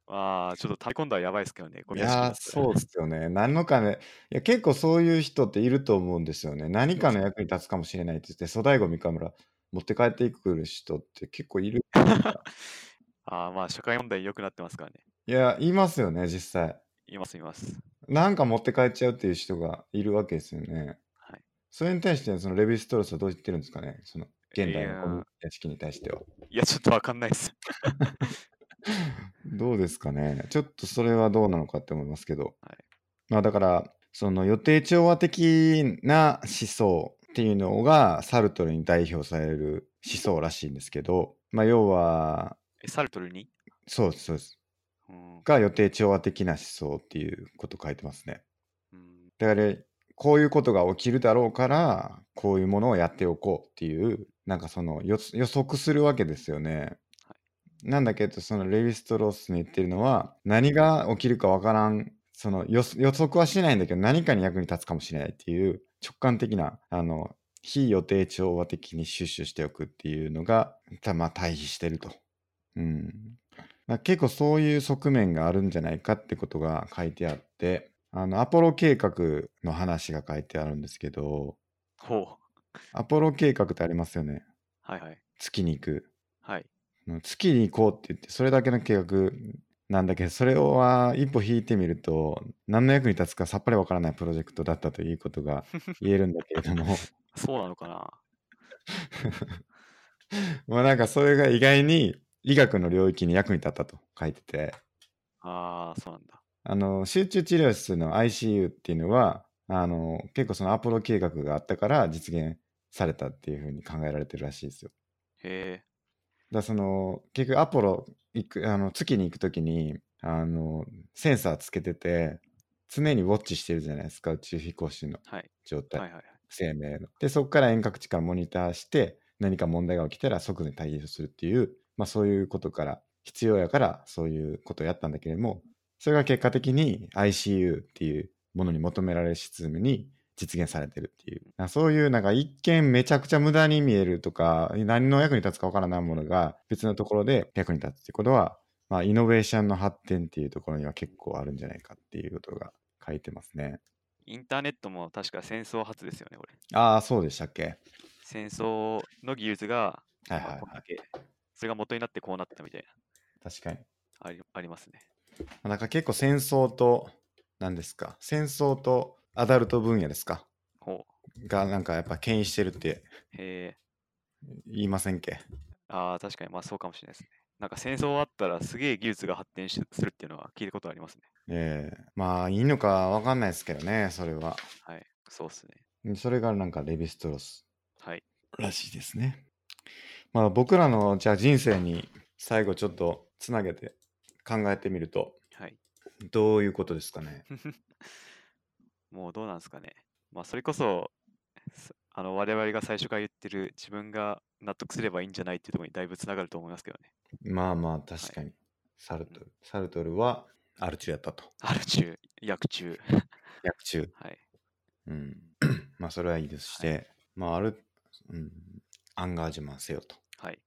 S2: ああ、ちょっと溜め込んだらやばいですけどね。ゴ
S1: い
S2: ミ屋敷にな
S1: やー
S2: ったら
S1: そうですよね。 (laughs) 何のかねいや結構そういう人っていると思うんですよね。何かの役に立つかもしれないって言って粗大ゴミから持って帰っていく人って結構いる。
S2: ああ、まあ社会問題良くなってますからね。
S1: いやいますよね実際。
S2: いますいます。
S1: なんか持って帰っちゃうっていう人がいるわけですよね。
S2: はい。
S1: それに対してそのレヴィストロースはどう言ってるんですかねその現代
S2: いや
S1: の
S2: ー
S1: ゴミ屋敷に対しては。
S2: いや、ちょっと分かんないです。
S1: (laughs) どうですかね。ちょっとそれはどうなのかって思いますけど。
S2: はい
S1: まあだから、その予定調和的な思想っていうのがサルトルに代表される思想らしいんですけど、まあ要は、
S2: えサルトルに、
S1: そうです、そうです。
S2: うん、
S1: が予定調和的な思想っていうこと書いてますね。
S2: うん
S1: だから、こういうことが起きるだろうから、こういうものをやっておこうっていう、なんかその予予測するわけですよね。
S2: は
S1: なんだけど、そのレヴィストロースに言ってるのは、何が起きるかわからん、その予予測はしないんだけど、何かに役に立つかもしれないっていう直感的な、あの、非予定調和的に収集しておくっていうのが、たまあ対比してると。うん。まあ結構そういう側面があるんじゃないかってことが書いてあって、あの、アポロ計画の話が書いてあるんですけど、
S2: ほう。
S1: アポロ計画ってありますよね。
S2: はいはい。
S1: 月に行く。
S2: はい。
S1: うん月に行こうって言って、それだけの計画なんだけど、それは一歩引いてみると、何の役に立つかさっぱりわからないプロジェクトだったということが言えるんだけれども、 (laughs)
S2: そうなのかな
S1: まあなんかそれが意外に医学の領域に役に立ったと書いてて、
S2: ああ、そうなんだ。
S1: あの集中治療室の ICU っていうのはあの結構そのアポロ計画があったから実現されたっていうふうに考えられてるらしいですよ。
S2: へえ。
S1: だからその結局アポロ行くあの月に行く時にあのセンサーつけてて常にウォッチしてるじゃないですか宇宙飛行士の
S2: はい。
S1: 状態、
S2: はいはいはい。
S1: 生命の。でそこから遠隔地からモニターして何か問題が起きたら即座に対応するっていう、まあ、そういうことから必要やからそういうことをやったんだけれどもそれが結果的に ICU っていうものに求められるシステムに実現されてるっていうあそういうなんか一見めちゃくちゃ無駄に見えるとか何の役に立つかわからないものが別のところで役に立つっていうことは、まあ、イノベーションの発展っていうところには結構あるんじゃないかっていうことが書いてますね。
S2: インターネットも確か戦争初ですよね、これ。
S1: ああそうでしたっけ
S2: 戦争の技術が、
S1: はい
S2: ま
S1: は
S2: あ
S1: い
S2: こんだけ、それが元になってこうなったみたいな、
S1: 確かに。
S2: ありありますね。
S1: なんか結構戦争と、何ですか、戦争とアダルト分野ですか
S2: ほう。
S1: がなんかやっぱ牽引してるって
S2: へえ。
S1: 言いませんっけ
S2: ああ、確かに、まあそうかもしれないですね。なんか戦争があったらすげえ技術が発展しするっていうのは聞いたことありますね。
S1: ええまあいいのかわかんないですけどね、それは。
S2: はい。そうっすね。
S1: それがなんかレヴィストロス
S2: はい。
S1: らしいですね。まあ僕らのじゃあ人生に最後ちょっとつなげて考えてみると、
S2: はい。
S1: どういうことですかね。
S2: もうどうなんですかね。まあそれこそ、すあの我々が最初から言ってる自分が納得すればいいんじゃないっていうところにだいぶつながると思いますけどね。
S1: まあまあ確かに。サルトル。サルトルはアルチュやったと。
S2: ある中、薬中。 (laughs)
S1: 薬中。
S2: はい。
S1: うん、 (clears throat) まあそれはいいですして、まあある、うん、アンガージュマンせよと
S2: はい。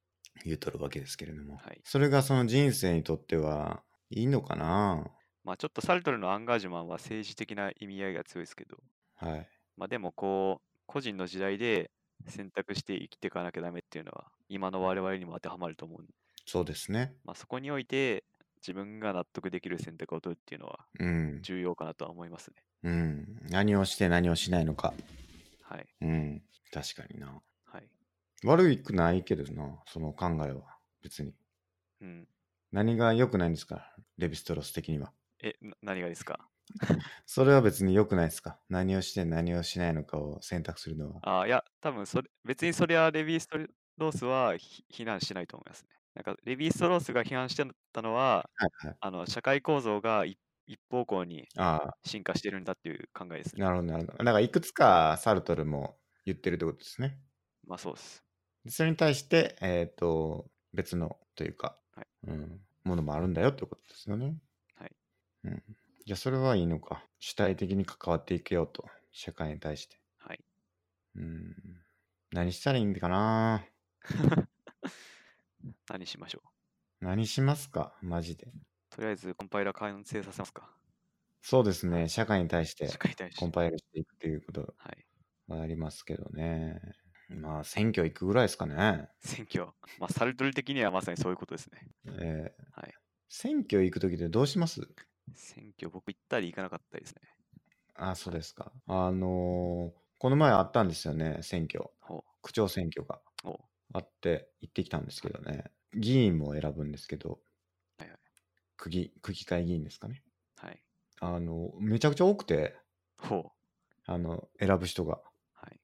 S1: 言うとるわけですけれども、
S2: はい
S1: それがその人生にとってはいいのかな
S2: まあちょっとサルトルのアンガージュマンは政治的な意味合いが強いですけど、
S1: はい
S2: まあでもこう、個人の時代で選択して生きていかなきゃダメっていうのは、今の我々にも当てはまると思うんで、
S1: そうですね
S2: まあそこにおいて、自分が納得できる選択を取るっていうのは
S1: うん、
S2: 重要かなとは思いますね。
S1: うん、何をして何をしないのか
S2: はい。
S1: うん確かにな
S2: はい。
S1: 悪くないけどなその考えは別に
S2: うん。
S1: 何が良くないんですかレヴィストロス的には
S2: え、な何がですか
S1: それは別に良くないですか何をして何をしないのかを選択するのは。
S2: ああ、いや、多分それ、別にそれはレヴィストロースはひ非難しないと思いますね。なんか、レヴィストロースが批判してたのは、
S1: はいはい。
S2: あの、社会構造が一一方向に
S1: ああ、
S2: 進化してるんだっていう考えですね。
S1: なるほどなるほど。なんかいくつかサルトルも言ってるってことですね。
S2: まあ、そうです。
S1: でそれに対して、えっ、と、別のというか、
S2: はい
S1: うん、ものもあるんだよってことですよね。
S2: はい。
S1: うん。じゃあそれはいいのか。主体的に関わっていけようと。社会に対して。
S2: はい。
S1: うん。何したらいいんかな
S2: 何しましょう。
S1: 何しますかマジで。
S2: とりあえず、コンパイラー完成させますか。
S1: そうですね。社会に対して
S2: 社会に対して
S1: コンパイルしていくっていうこと
S2: はい。
S1: がありますけどね。まあ、選挙行くぐらいですかね。
S2: 選挙。まあ、サルトル的にはまさにそういうことですね。
S1: えー
S2: はい
S1: 選挙行くときってどうします
S2: 選挙、僕行ったり行かなかったりですね。
S1: あ、そうですか。あのーこの前あったんですよね、選挙。
S2: ほ
S1: 区長選挙が
S2: う。ほ
S1: あって行ってきたんですけどね。議員も選ぶんですけど、
S2: はいはい
S1: 区議区議会議員ですかね。
S2: う。はい。
S1: あの、めちゃくちゃ多くて、
S2: ほう。
S1: あの、選ぶ人が。
S2: はい。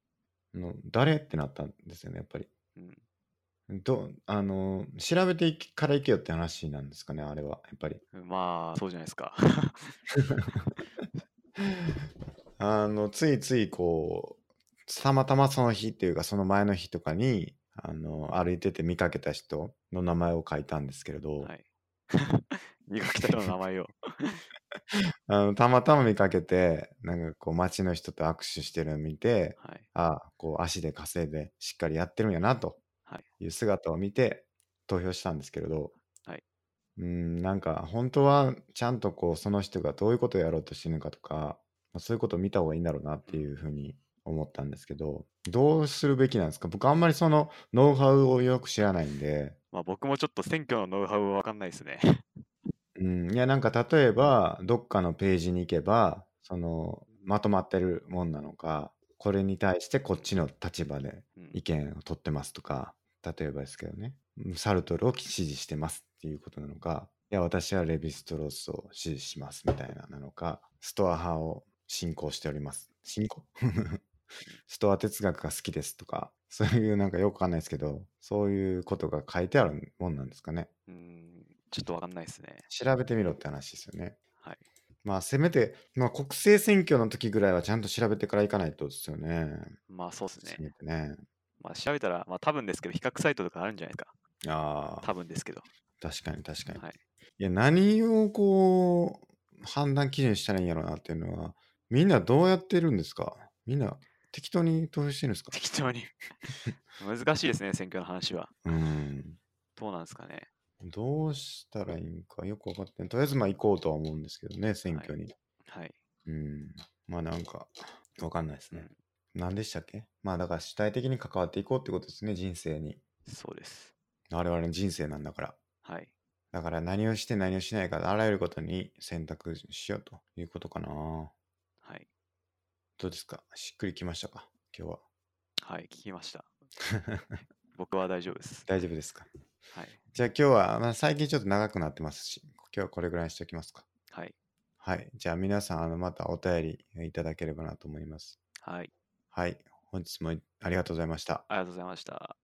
S1: あの誰ってなったんですよね、やっぱり。
S2: うん。
S1: どあの調べていきから行けよって話なんですかね、あれは、やっぱり。
S2: まあ、そうじゃないですか。
S1: あのついついこう、たまたまその日っていうか、その前の日とかにあの歩いてて見かけた人の名前を書いたんですけれど、
S2: はい。 (laughs) 見かけた人の名前を。
S1: あのたまたま見かけて、なんかこう、街の人と握手してるのを見て、
S2: はい。
S1: ああ、こう、足で稼いでしっかりやってるんやなと
S2: はい
S1: いう姿を見て投票したんですけれど、
S2: はいう
S1: ーん、なんか本当はちゃんとこう、その人がどういうことをやろうとしてるのかとか、まあそういうことを見た方がいいんだろうなっていうふうに思ったんですけど、どうするべきなんですか僕あんまりそのノウハウをよく知らないんで、
S2: まあ、僕もちょっと選挙のノウハウは分かんないですね。
S1: うん、いやなんか例えばどっかのページに行けばそのまとまってるもんなのかこれに対してこっちの立場で
S2: うん
S1: 意見を取ってますとか例えばですけどねうんサルトルを支持してますっていうことなのかいや私はレヴィストロースを支持しますみたいななのかストア派を信仰しております信仰 (laughs) ストア哲学が好きですとかそういうなんかよくわかんないですけどそういうことが書いてあるもんなんですかね
S2: うん、ちょっと分かんないですね。
S1: 調べてみろって話ですよね。
S2: はい。
S1: まあ、せめて、まあ、国政選挙の時ぐらいはちゃんと調べてから行かないとですよね。
S2: まあ、そうです
S1: せ
S2: ね。
S1: めてね。
S2: まあ、調べたら、まあ、多分ですけど、比較サイトとかあるんじゃないですか。
S1: ああ
S2: 多、分ですけど。
S1: 確かに確かに。、
S2: はいい。 (laughs)
S1: や、何をこう、判断基準にしたらいいんやろうなっていうのは、みんなどうやってるんですかみんな適当に投票してるんですか
S2: 適当に。 (laughs) 難しいですね、選挙の話は。
S1: (laughs) うん。
S2: どうなんですかね。
S1: どうしたらいいんかよく分かってないとりあえずまあ行こうとは思うんですけどね、選挙に。
S2: はい。
S1: うん。まあなんか、わかんないです
S2: う
S1: ね
S2: ん。
S1: 何でしたっけまあだから主体的に関わっていこうってことですね、人生に。
S2: そうです。
S1: 我々の人生なんだから。
S2: はい。
S1: だから何をして何をしないか、あらゆることに選択しようということかな。
S2: はい。
S1: どうですかしっくりきましたか今日は。
S2: はい。聞きました。僕は大丈夫です。
S1: 大丈夫ですか
S2: はい。
S1: じゃあ今日は、まあ、最近ちょっと長くなってますし、今日はこれぐらいにしておきますか。
S2: はい。
S1: はい。じゃあ皆さん、あの、またお便りいただければなと思います。
S2: はい。
S1: はい。本日もありがとうございました。
S2: ありがとうございました。